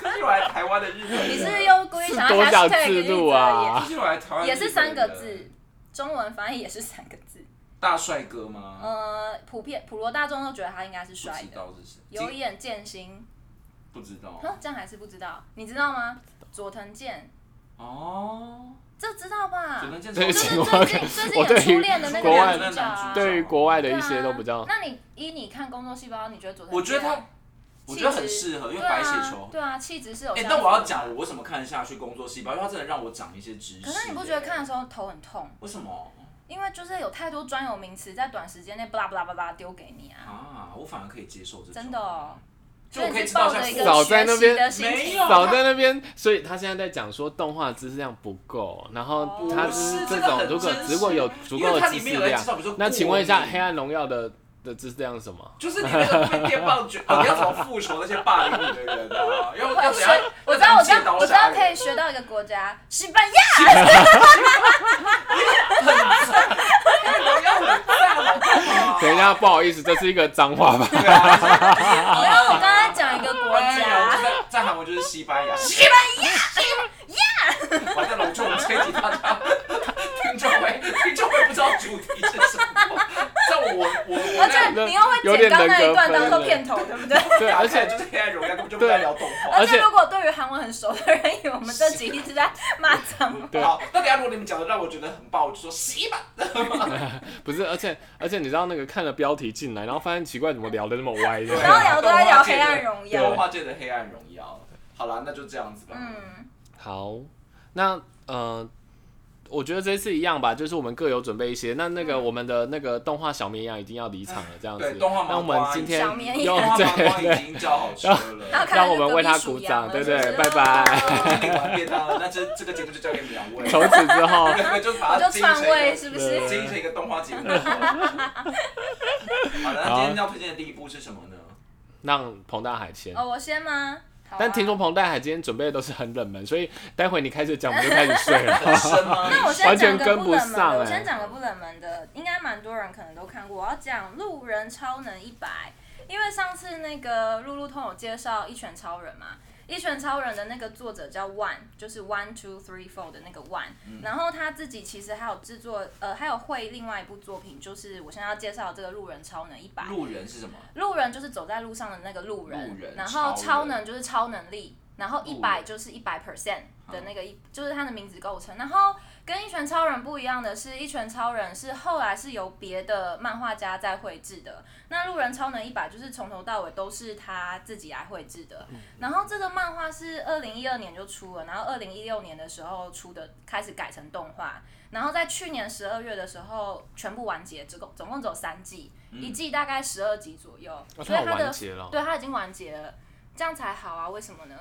[SPEAKER 1] 最近我来台湾的日本人。
[SPEAKER 2] 你是不是又故意想
[SPEAKER 3] 多
[SPEAKER 2] 要
[SPEAKER 3] 想
[SPEAKER 2] hashtag
[SPEAKER 3] 自
[SPEAKER 2] 日
[SPEAKER 3] 录
[SPEAKER 2] 本
[SPEAKER 3] 啊
[SPEAKER 1] 最近我来台湾的
[SPEAKER 2] 也
[SPEAKER 1] 日本人
[SPEAKER 2] 是三个字，中文翻译也是三个字。
[SPEAKER 1] 大帅哥吗？
[SPEAKER 2] 呃，普遍普罗大众都觉得他应该是
[SPEAKER 1] 嗯不
[SPEAKER 2] 帅
[SPEAKER 1] 知
[SPEAKER 2] 的，
[SPEAKER 1] 道是哦谁，
[SPEAKER 2] 有
[SPEAKER 1] 今
[SPEAKER 2] 眼见心。
[SPEAKER 1] 不知道
[SPEAKER 2] 哼，这样还是不知道，你知道吗？佐藤健，
[SPEAKER 1] 哦。
[SPEAKER 2] 这知道吧
[SPEAKER 1] 只？能见
[SPEAKER 3] 这
[SPEAKER 2] 就
[SPEAKER 3] 个
[SPEAKER 2] 是
[SPEAKER 3] 情
[SPEAKER 2] 最
[SPEAKER 3] 况
[SPEAKER 2] 近最近
[SPEAKER 3] 我对
[SPEAKER 2] 演
[SPEAKER 3] 于
[SPEAKER 2] 初恋的那个
[SPEAKER 3] 国外
[SPEAKER 2] 男主角啊。
[SPEAKER 3] 对于国外的一些都比较
[SPEAKER 2] 对啊。那你依你看工作细胞，你觉得佐藤健？
[SPEAKER 1] 我觉得他，我觉得很适合，因为白血球。
[SPEAKER 2] 对啊，对啊气质是有
[SPEAKER 1] 哎、
[SPEAKER 2] 相似的。
[SPEAKER 1] 但我要讲，我为什么看下去《工作细胞》，因为它真的让我长一些知识、
[SPEAKER 2] 可是你不觉得看的时候头很痛？
[SPEAKER 1] 为什么
[SPEAKER 2] 因为就是有太多专有名词在短时间内巴拉巴拉巴拉丢给你啊，
[SPEAKER 1] 啊？我反而可以接受这种，
[SPEAKER 2] 真的哦。
[SPEAKER 1] 就我
[SPEAKER 2] 所以
[SPEAKER 1] 可以
[SPEAKER 2] 你
[SPEAKER 1] 知
[SPEAKER 2] 是
[SPEAKER 1] 道
[SPEAKER 2] 抱
[SPEAKER 1] 像
[SPEAKER 2] 着一个
[SPEAKER 3] 早在那边
[SPEAKER 2] 学习的心
[SPEAKER 1] 没
[SPEAKER 2] 情
[SPEAKER 1] 有，啊
[SPEAKER 3] 早在那边，所以他现在在讲说动画知识量不够，然后
[SPEAKER 2] 哦
[SPEAKER 3] 他就
[SPEAKER 2] 不
[SPEAKER 3] 是
[SPEAKER 1] 是
[SPEAKER 3] 这
[SPEAKER 1] 这个
[SPEAKER 3] 种
[SPEAKER 1] 很
[SPEAKER 3] 如果
[SPEAKER 1] 真实
[SPEAKER 3] 如果有足够
[SPEAKER 1] 因为
[SPEAKER 3] 的
[SPEAKER 1] 它
[SPEAKER 3] 知
[SPEAKER 1] 里
[SPEAKER 3] 识
[SPEAKER 1] 面有在
[SPEAKER 3] 量
[SPEAKER 1] 介，绍，比如说
[SPEAKER 3] 那请问一下《
[SPEAKER 1] 过敏
[SPEAKER 3] 黑暗荣耀》的的知识量是什么？
[SPEAKER 1] 就是你那个电棒卷，哦你要怎么复仇那些霸凌你的人啊？要要怎样？
[SPEAKER 2] 我知道，我知
[SPEAKER 1] 要怎样借
[SPEAKER 2] 道，
[SPEAKER 1] 刀
[SPEAKER 2] 我知
[SPEAKER 1] 杀
[SPEAKER 2] 道
[SPEAKER 1] 人
[SPEAKER 2] 可以学到一个国家，西班牙。
[SPEAKER 1] 我要很赞，好不好？
[SPEAKER 3] 等一下，不好意思，这是一个脏话吧？
[SPEAKER 1] 对啊，
[SPEAKER 2] 因为我刚刚讲一个国
[SPEAKER 1] 哎
[SPEAKER 2] 家，
[SPEAKER 1] 呦在在韩国就是西班牙，西班牙，呀！我在隆重我吹吉他，他听众会听众会不知道主题是什么。像我我 我那
[SPEAKER 2] 而且你又会剪到那一段当做片头，对不对？
[SPEAKER 3] 对，而且呃
[SPEAKER 1] 就是黑暗荣耀，根本就不在聊动画。
[SPEAKER 3] 而
[SPEAKER 2] 而
[SPEAKER 3] 且
[SPEAKER 2] 且如果对于韩文很熟的人，以为我们这集一直在骂脏 话，
[SPEAKER 3] 对
[SPEAKER 1] 好，那等一下如果你们讲的让我觉得很爆，我就说西吧。
[SPEAKER 3] 不是，而且而且你知道那个看了标题进来，然后发现奇怪，怎么聊的那么歪的？
[SPEAKER 2] 然后
[SPEAKER 1] 啊
[SPEAKER 2] 聊都在聊黑暗荣
[SPEAKER 1] 动
[SPEAKER 3] 啊
[SPEAKER 2] 耀。
[SPEAKER 1] 画界的黑暗荣耀。好啦，那就这样子吧。
[SPEAKER 2] 嗯，
[SPEAKER 3] 好，那呃，我觉得这次一样吧，就是我们各有准备一些。那那个我们的那个动画小绵羊已经要离场了，这样子。
[SPEAKER 1] 嗯对动画麻瓜
[SPEAKER 3] 那我们今天
[SPEAKER 2] 小绵
[SPEAKER 3] 用
[SPEAKER 1] 动画麻瓜
[SPEAKER 3] 对
[SPEAKER 1] 已经叫好吃
[SPEAKER 2] 然后
[SPEAKER 1] 了，
[SPEAKER 2] 看到
[SPEAKER 3] 啊让我们
[SPEAKER 2] 隔壁
[SPEAKER 3] 为他
[SPEAKER 2] 属
[SPEAKER 3] 鼓
[SPEAKER 2] 羊
[SPEAKER 3] 掌
[SPEAKER 2] 了
[SPEAKER 3] 对
[SPEAKER 2] 是不
[SPEAKER 3] 对
[SPEAKER 2] 是
[SPEAKER 3] 拜拜
[SPEAKER 1] 我经理完便当了，那这这个节目就交给你们两位，
[SPEAKER 3] 从此之后，
[SPEAKER 1] 你们就把
[SPEAKER 2] 我
[SPEAKER 1] 它
[SPEAKER 2] 就
[SPEAKER 1] 经营
[SPEAKER 2] 篡
[SPEAKER 1] 成一
[SPEAKER 2] 位
[SPEAKER 1] 个
[SPEAKER 2] 是不是？
[SPEAKER 1] 经营成一个动画节 目。好了，那今
[SPEAKER 3] 啊
[SPEAKER 1] 天要推荐的第一部是什么呢？
[SPEAKER 3] 让彭大海先。
[SPEAKER 2] 哦，我先吗？好啊
[SPEAKER 3] 但听说彭大海今天准备的都是很冷门，所以待会你开始讲，我们就开始睡 了。
[SPEAKER 1] 很深吗？
[SPEAKER 2] 那我先
[SPEAKER 3] 完
[SPEAKER 2] 讲
[SPEAKER 3] 全
[SPEAKER 2] 个
[SPEAKER 3] 跟
[SPEAKER 2] 不
[SPEAKER 3] 不
[SPEAKER 2] 冷门
[SPEAKER 3] 上
[SPEAKER 2] 的，我
[SPEAKER 3] 欸
[SPEAKER 2] 先讲个不冷门的，应该蛮多人可能都看过。我要讲《路人超能一百》，因为上次那个路路通有介绍《一拳超人》嘛，《一拳超人》的那个作者叫 One，就是 One Two Three Four 的那个 One，、然
[SPEAKER 3] 嗯
[SPEAKER 2] 后他自己其实还有制作，呃，还有会另外一部作品，就是我现在要介绍的这个《路人超能一百》。
[SPEAKER 1] 路人是什么？嗯
[SPEAKER 2] 路人就是走在路上的那个路人，
[SPEAKER 1] 路人
[SPEAKER 2] 然
[SPEAKER 1] 超
[SPEAKER 2] 后
[SPEAKER 1] 人
[SPEAKER 2] 超能就是超能力，然后一
[SPEAKER 1] 路
[SPEAKER 2] 百
[SPEAKER 1] 人
[SPEAKER 2] 就是一百 percent 的那个一，就是它的名字构成。然后跟一拳超人不一样的是，一拳超人是后来是由别的漫画家在绘制的，那路人超能一百就是从头到尾都是他自己来绘制的。
[SPEAKER 1] 嗯
[SPEAKER 2] 然后这个漫画是二零一二年就出了，然后二零一六年的时候出的，开始改成动画。然后在去年十二月的时候全部完结，总共总共只有三季，
[SPEAKER 3] 嗯
[SPEAKER 2] 一季大概十二集左右，所以它
[SPEAKER 3] 它哦完
[SPEAKER 2] 的
[SPEAKER 3] 结了。
[SPEAKER 2] 对它已经完结了，这样才好啊？为什么呢？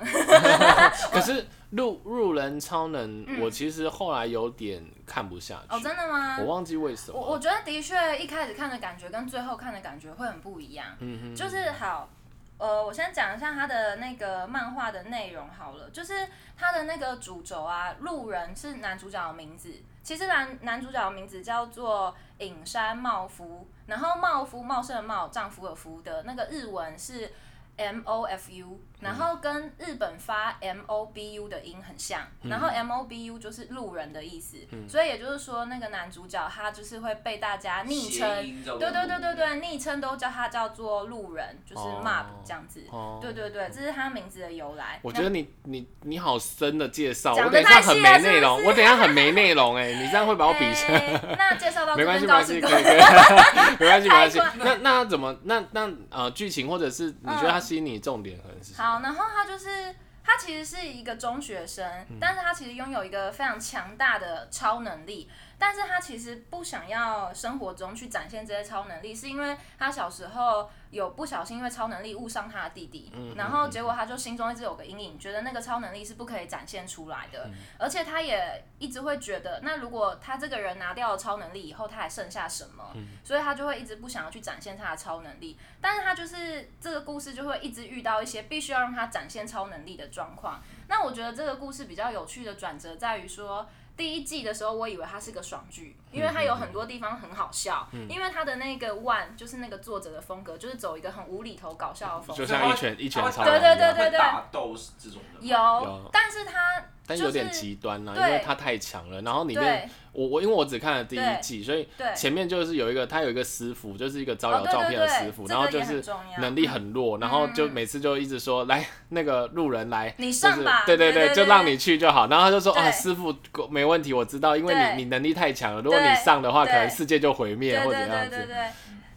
[SPEAKER 3] 可是路路人超能，
[SPEAKER 2] 嗯
[SPEAKER 3] 我其实后来有点看不下
[SPEAKER 2] 哦，
[SPEAKER 3] 去，
[SPEAKER 2] 真的吗？
[SPEAKER 3] 我忘记为什么。
[SPEAKER 2] 我我觉得的确一开始看的感觉跟最后看的感觉会很不一样。
[SPEAKER 3] 嗯
[SPEAKER 2] 就是好，呃，我先讲一下它的那个漫画的内容好了，就是它的那个主轴啊，路人是男主角的名字。其实男男主角的名字叫做隐山茂夫，然后茂夫茂盛的茂，丈夫的夫的那个日文是 M O F
[SPEAKER 3] 嗯
[SPEAKER 2] U，然后跟日本发 M O B U 的音很像，
[SPEAKER 3] 嗯
[SPEAKER 2] 然后 M O B U 就是路人的意思，所以也就是说，那个男主角他就是会被大家昵
[SPEAKER 1] 谐
[SPEAKER 2] 称，
[SPEAKER 1] 音叫做
[SPEAKER 2] 对对对
[SPEAKER 1] 路
[SPEAKER 2] 对
[SPEAKER 1] 人
[SPEAKER 2] 对，昵称都叫他叫做路人，就是
[SPEAKER 3] 哦
[SPEAKER 2] mob 这样子，
[SPEAKER 3] 哦
[SPEAKER 2] 对对对，这是他名字的由来。
[SPEAKER 3] 我觉得你你你好深的介绍，
[SPEAKER 2] 讲
[SPEAKER 3] 我
[SPEAKER 2] 得
[SPEAKER 3] 等一下
[SPEAKER 2] 太
[SPEAKER 3] 很
[SPEAKER 2] 细
[SPEAKER 3] 没
[SPEAKER 2] 了
[SPEAKER 3] 内容，
[SPEAKER 2] 是不是
[SPEAKER 3] 我等一下很没内容哎，你这样会把
[SPEAKER 2] 那
[SPEAKER 3] 我比 下。
[SPEAKER 2] 哎那介绍到
[SPEAKER 3] 没
[SPEAKER 2] 这
[SPEAKER 3] 关
[SPEAKER 2] 边告诉
[SPEAKER 3] 系，没关系，
[SPEAKER 2] 各
[SPEAKER 3] 可以，
[SPEAKER 2] 位，
[SPEAKER 3] 可以，没关系，没关系
[SPEAKER 2] 太。
[SPEAKER 3] 那那怎么那那呃剧情或者是你觉得它吸引你的重点可能是什么？
[SPEAKER 2] 好，然后他就是他其实是一个中学生，
[SPEAKER 3] 嗯
[SPEAKER 2] 但是他其实拥有一个非常强大的超能力，但是他其实不想要生活中去展现这些超能力，是因为他小时候有不小心因为超能力误伤他的弟弟，
[SPEAKER 3] 嗯
[SPEAKER 2] 然后结果他就心中一直有个阴影，觉得那个超能力是不可以展现出来的，而且他也一直会觉得，那如果他这个人拿掉了超能力以后，他还剩下什么？所以他就会一直不想要去展现他的超能力，但是他就是这个故事就会一直遇到一些必须要让他展现超能力的状况。那我觉得这个故事比较有趣的转折在于说，第一季的时候我以为它是个爽剧，因为它有很多地方很好笑，
[SPEAKER 3] 嗯
[SPEAKER 2] 因为它的那个 One 就是那个作者的风格，就是走一个很无厘头搞笑的风
[SPEAKER 3] 就
[SPEAKER 2] 格。
[SPEAKER 3] 像一拳一拳
[SPEAKER 1] 他会
[SPEAKER 3] 超
[SPEAKER 2] 对
[SPEAKER 3] 人一
[SPEAKER 2] 嗯对
[SPEAKER 3] 样，
[SPEAKER 2] 对
[SPEAKER 1] 会打斗是这种的吗。
[SPEAKER 2] 有，但是它
[SPEAKER 3] 但
[SPEAKER 2] 就
[SPEAKER 3] 有点
[SPEAKER 2] 是
[SPEAKER 3] 极端啊啦，因
[SPEAKER 2] 对
[SPEAKER 3] 为它太强了。然后里面
[SPEAKER 2] 对
[SPEAKER 3] 我我因为我只看了第一
[SPEAKER 2] 对
[SPEAKER 3] 季，所以
[SPEAKER 2] 对
[SPEAKER 3] 前面就是有一个他有一个师傅，就是一个招
[SPEAKER 2] 哦
[SPEAKER 3] 摇
[SPEAKER 2] 对
[SPEAKER 3] 照
[SPEAKER 2] 对
[SPEAKER 3] 骗的
[SPEAKER 2] 对
[SPEAKER 3] 师傅，
[SPEAKER 2] 这
[SPEAKER 3] 然后
[SPEAKER 2] 个
[SPEAKER 3] 就
[SPEAKER 2] 也很
[SPEAKER 3] 是
[SPEAKER 2] 重要嗯
[SPEAKER 3] 能力很弱，然后就每次就一直说来那个路人来，
[SPEAKER 2] 你
[SPEAKER 3] 就
[SPEAKER 2] 上
[SPEAKER 3] 是
[SPEAKER 2] 吧
[SPEAKER 3] 对
[SPEAKER 2] 对
[SPEAKER 3] 对，
[SPEAKER 2] 对
[SPEAKER 3] 就
[SPEAKER 2] 对
[SPEAKER 3] 让
[SPEAKER 2] 对
[SPEAKER 3] 你去就好。然后他就说
[SPEAKER 2] 对
[SPEAKER 3] 啊，师傅没问题，我知道，因为
[SPEAKER 2] 对
[SPEAKER 3] 你你能力太强了，如果你
[SPEAKER 2] 对
[SPEAKER 3] 上的话，可
[SPEAKER 2] 对
[SPEAKER 3] 能世界就毁灭
[SPEAKER 2] 对
[SPEAKER 3] 或者
[SPEAKER 2] 对
[SPEAKER 3] 怎样
[SPEAKER 2] 对
[SPEAKER 3] 子
[SPEAKER 2] 对。对，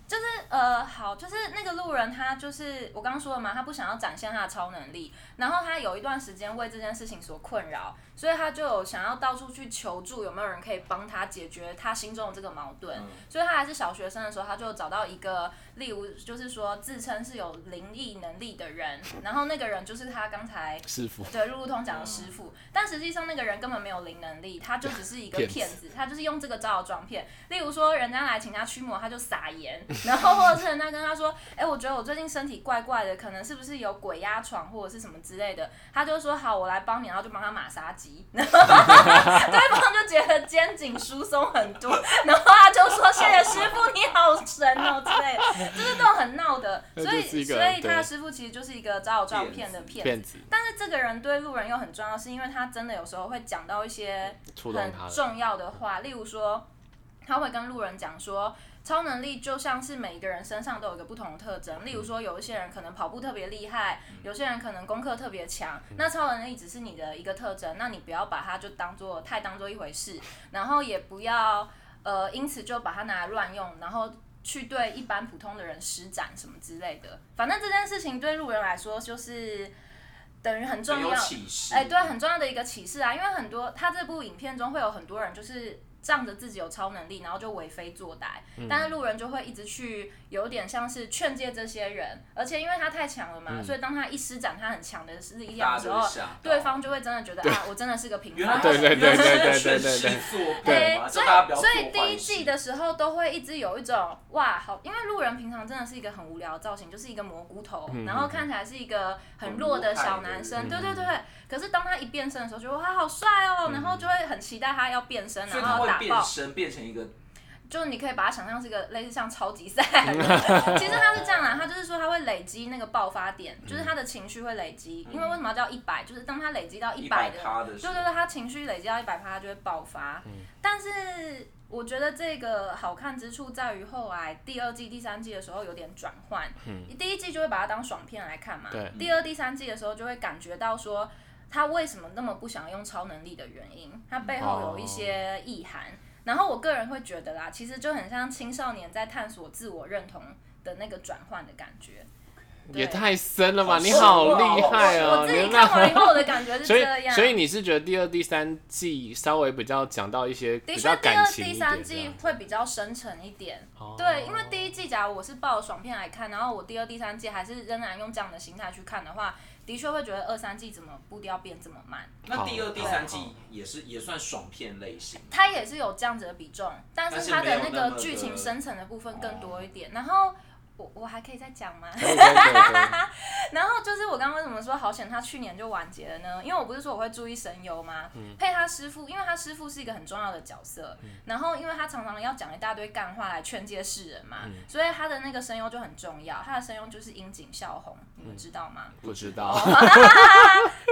[SPEAKER 2] 就是呃，好，就是那个路人，他就是我刚刚说了嘛，他不想要展现他的超能力，然后他有一段时间为这件事情所困扰，所以他就有想要到处去求助，有没有人可以帮他解决他心中的这个矛盾。
[SPEAKER 3] 嗯
[SPEAKER 1] 嗯
[SPEAKER 2] 所以他还是小学生的时候，他就找到一个，例如就是说自称是有灵异能力的人，然后那个人就是他刚才
[SPEAKER 3] 师傅，
[SPEAKER 2] 对，路路通讲的师傅，但实际上那个人根本没有灵能力，他就只是一个
[SPEAKER 3] 骗子
[SPEAKER 2] 骗子，他就是用这个招摇撞骗。例如说，人家来请他驱魔，他就撒盐，然后或者是人家跟他说，哎、我觉得我最近身体怪怪的，可能是不是有鬼压床或者是什么之类的，他就说好，我来帮你，然后就帮他马杀鸡， 然后对方就觉得肩颈疏松很多，然后他就说谢谢师傅，你好神哦之类的，就是那种很闹的，
[SPEAKER 3] 那
[SPEAKER 2] 所
[SPEAKER 3] 就是
[SPEAKER 2] 以
[SPEAKER 3] 一个
[SPEAKER 2] 所以他
[SPEAKER 3] 对
[SPEAKER 2] 的师傅其实就是一个招摇撞骗的骗
[SPEAKER 3] 骗
[SPEAKER 2] 子。
[SPEAKER 3] 子
[SPEAKER 2] 但是这个人对路人又很重要，是因为他真的有时候会讲到一些
[SPEAKER 3] 触动
[SPEAKER 2] 很
[SPEAKER 3] 他了。
[SPEAKER 2] 重要的话，例如说，他会跟路人讲说，超能力就像是每一个人身上都有一个不同的特征，例如说，有一些人可能跑步特别厉害，有些人可能功课特别强，那超能力只是你的一个特征，那你不要把它就当做太当做一回事，然后也不要呃因此就把它拿来乱用，然后。去对一般普通的人施展什么之类的，反正这件事情对路人来说就是等于很重
[SPEAKER 1] 很有
[SPEAKER 2] 要，
[SPEAKER 1] 启示。
[SPEAKER 2] 哎、对，很重要的一个启示啊，因为很多他这部影片中会有很多人就是仗着自己有超能力，然后就为非作歹，但是路人就会一直去有点像是劝诫这些人，而且因为他太强了嘛，所以当他一施展他很强的力量
[SPEAKER 1] 大
[SPEAKER 2] 的
[SPEAKER 1] 家
[SPEAKER 2] 时
[SPEAKER 1] 就
[SPEAKER 2] 候
[SPEAKER 1] 会，吓到
[SPEAKER 2] 对方就会真的觉得啊，我真的是个平
[SPEAKER 1] 原
[SPEAKER 2] 凡
[SPEAKER 1] 来
[SPEAKER 2] 人。
[SPEAKER 3] 对对对对对对
[SPEAKER 1] 全
[SPEAKER 3] 对
[SPEAKER 1] 是
[SPEAKER 3] 对
[SPEAKER 1] 作
[SPEAKER 3] 对
[SPEAKER 1] 弊嘛，
[SPEAKER 2] 所
[SPEAKER 1] 就大家不
[SPEAKER 2] 以
[SPEAKER 1] 要
[SPEAKER 2] 所以
[SPEAKER 1] 做坏
[SPEAKER 2] 第一
[SPEAKER 1] 事
[SPEAKER 2] 季的时候都会一直有一种哇好，因为路人平常真的是一个很无聊的造型，就是一个蘑菇头，
[SPEAKER 1] 嗯
[SPEAKER 2] 然后看起来是一个很弱的小男生，
[SPEAKER 1] 很
[SPEAKER 2] 对对对。可是当他一变身的时候，就哇好帅哦，然后就会很期待他要变身，
[SPEAKER 1] 嗯所以
[SPEAKER 2] 然
[SPEAKER 1] 他
[SPEAKER 2] 后
[SPEAKER 1] 会
[SPEAKER 2] 打
[SPEAKER 1] 变
[SPEAKER 2] 爆，
[SPEAKER 1] 身变成一个
[SPEAKER 2] 就是你可以把它想象是一个类似像超 级赛。其实他是这样啦，他就是说他会累积那个爆发点，就是他的情绪会累积，因为为什么要叫一百？就是当他累积到一百
[SPEAKER 1] 嗯百
[SPEAKER 2] 的
[SPEAKER 1] 趴的时
[SPEAKER 2] 对
[SPEAKER 1] 候，
[SPEAKER 2] 对对，他情绪累积到一百趴，他就会爆发。
[SPEAKER 3] 嗯
[SPEAKER 2] 但是我觉得这个好看之处在于后来第二季、第三季的时候有点转换。第一季就会把它当爽片来看嘛，
[SPEAKER 3] 嗯对
[SPEAKER 2] 第二、第三季的时候就会感觉到说。他为什么那么不想用超能力的原因，他背后有一
[SPEAKER 3] 哦
[SPEAKER 2] 些意涵。然后我个人会觉得啦，其实就很像青少年在探索自我认同的那个转换的感觉。对
[SPEAKER 3] 也太深了吧！
[SPEAKER 1] 好
[SPEAKER 3] 你
[SPEAKER 1] 深
[SPEAKER 3] 好
[SPEAKER 1] 哦
[SPEAKER 3] 厉害
[SPEAKER 2] 我
[SPEAKER 3] 哦！
[SPEAKER 2] 自
[SPEAKER 3] 你
[SPEAKER 2] 己
[SPEAKER 3] 那
[SPEAKER 2] 看完以后，我的感觉是
[SPEAKER 3] 所
[SPEAKER 2] 这
[SPEAKER 3] 以
[SPEAKER 2] 样。
[SPEAKER 3] 所以你是觉得第二、第三季稍微比较讲到一些
[SPEAKER 2] 的
[SPEAKER 3] 比较
[SPEAKER 2] 确，第
[SPEAKER 3] 感
[SPEAKER 2] 二、
[SPEAKER 3] 情一
[SPEAKER 2] 第
[SPEAKER 3] 点
[SPEAKER 2] 三
[SPEAKER 3] 这
[SPEAKER 2] 季
[SPEAKER 3] 样
[SPEAKER 2] 会比较深沉一点。
[SPEAKER 3] 哦
[SPEAKER 2] 对，因为第一季假如我是抱着爽片来看，然后我第二、第三季还是仍然用这样的心态去看的话，的确会觉得二三季怎么步调变这么慢。
[SPEAKER 1] 那第二、第三季
[SPEAKER 3] 好
[SPEAKER 1] 也是也算爽片类型。
[SPEAKER 2] 它也是有这样子的比重，但
[SPEAKER 1] 但
[SPEAKER 2] 是
[SPEAKER 1] 是
[SPEAKER 2] 它
[SPEAKER 1] 没
[SPEAKER 2] 的
[SPEAKER 1] 有
[SPEAKER 2] 那
[SPEAKER 1] 那
[SPEAKER 2] 个
[SPEAKER 1] 么
[SPEAKER 2] 剧
[SPEAKER 1] 的
[SPEAKER 2] 情深层的部分更
[SPEAKER 3] 哦
[SPEAKER 2] 多一点。然后我我还可以再讲吗？
[SPEAKER 3] 可以可以可以可以
[SPEAKER 2] 然后就是我刚刚为什么说好险他去年就完结了呢？因为我不是说我会注意神游吗？配他师傅，因为他师傅是一个很重要的角色，然后因为他常常要讲一大堆干话来劝诫世人嘛，所以他的那个声优就很重要。他的声优就是樱井孝宏，你们知道吗？
[SPEAKER 3] 不知道，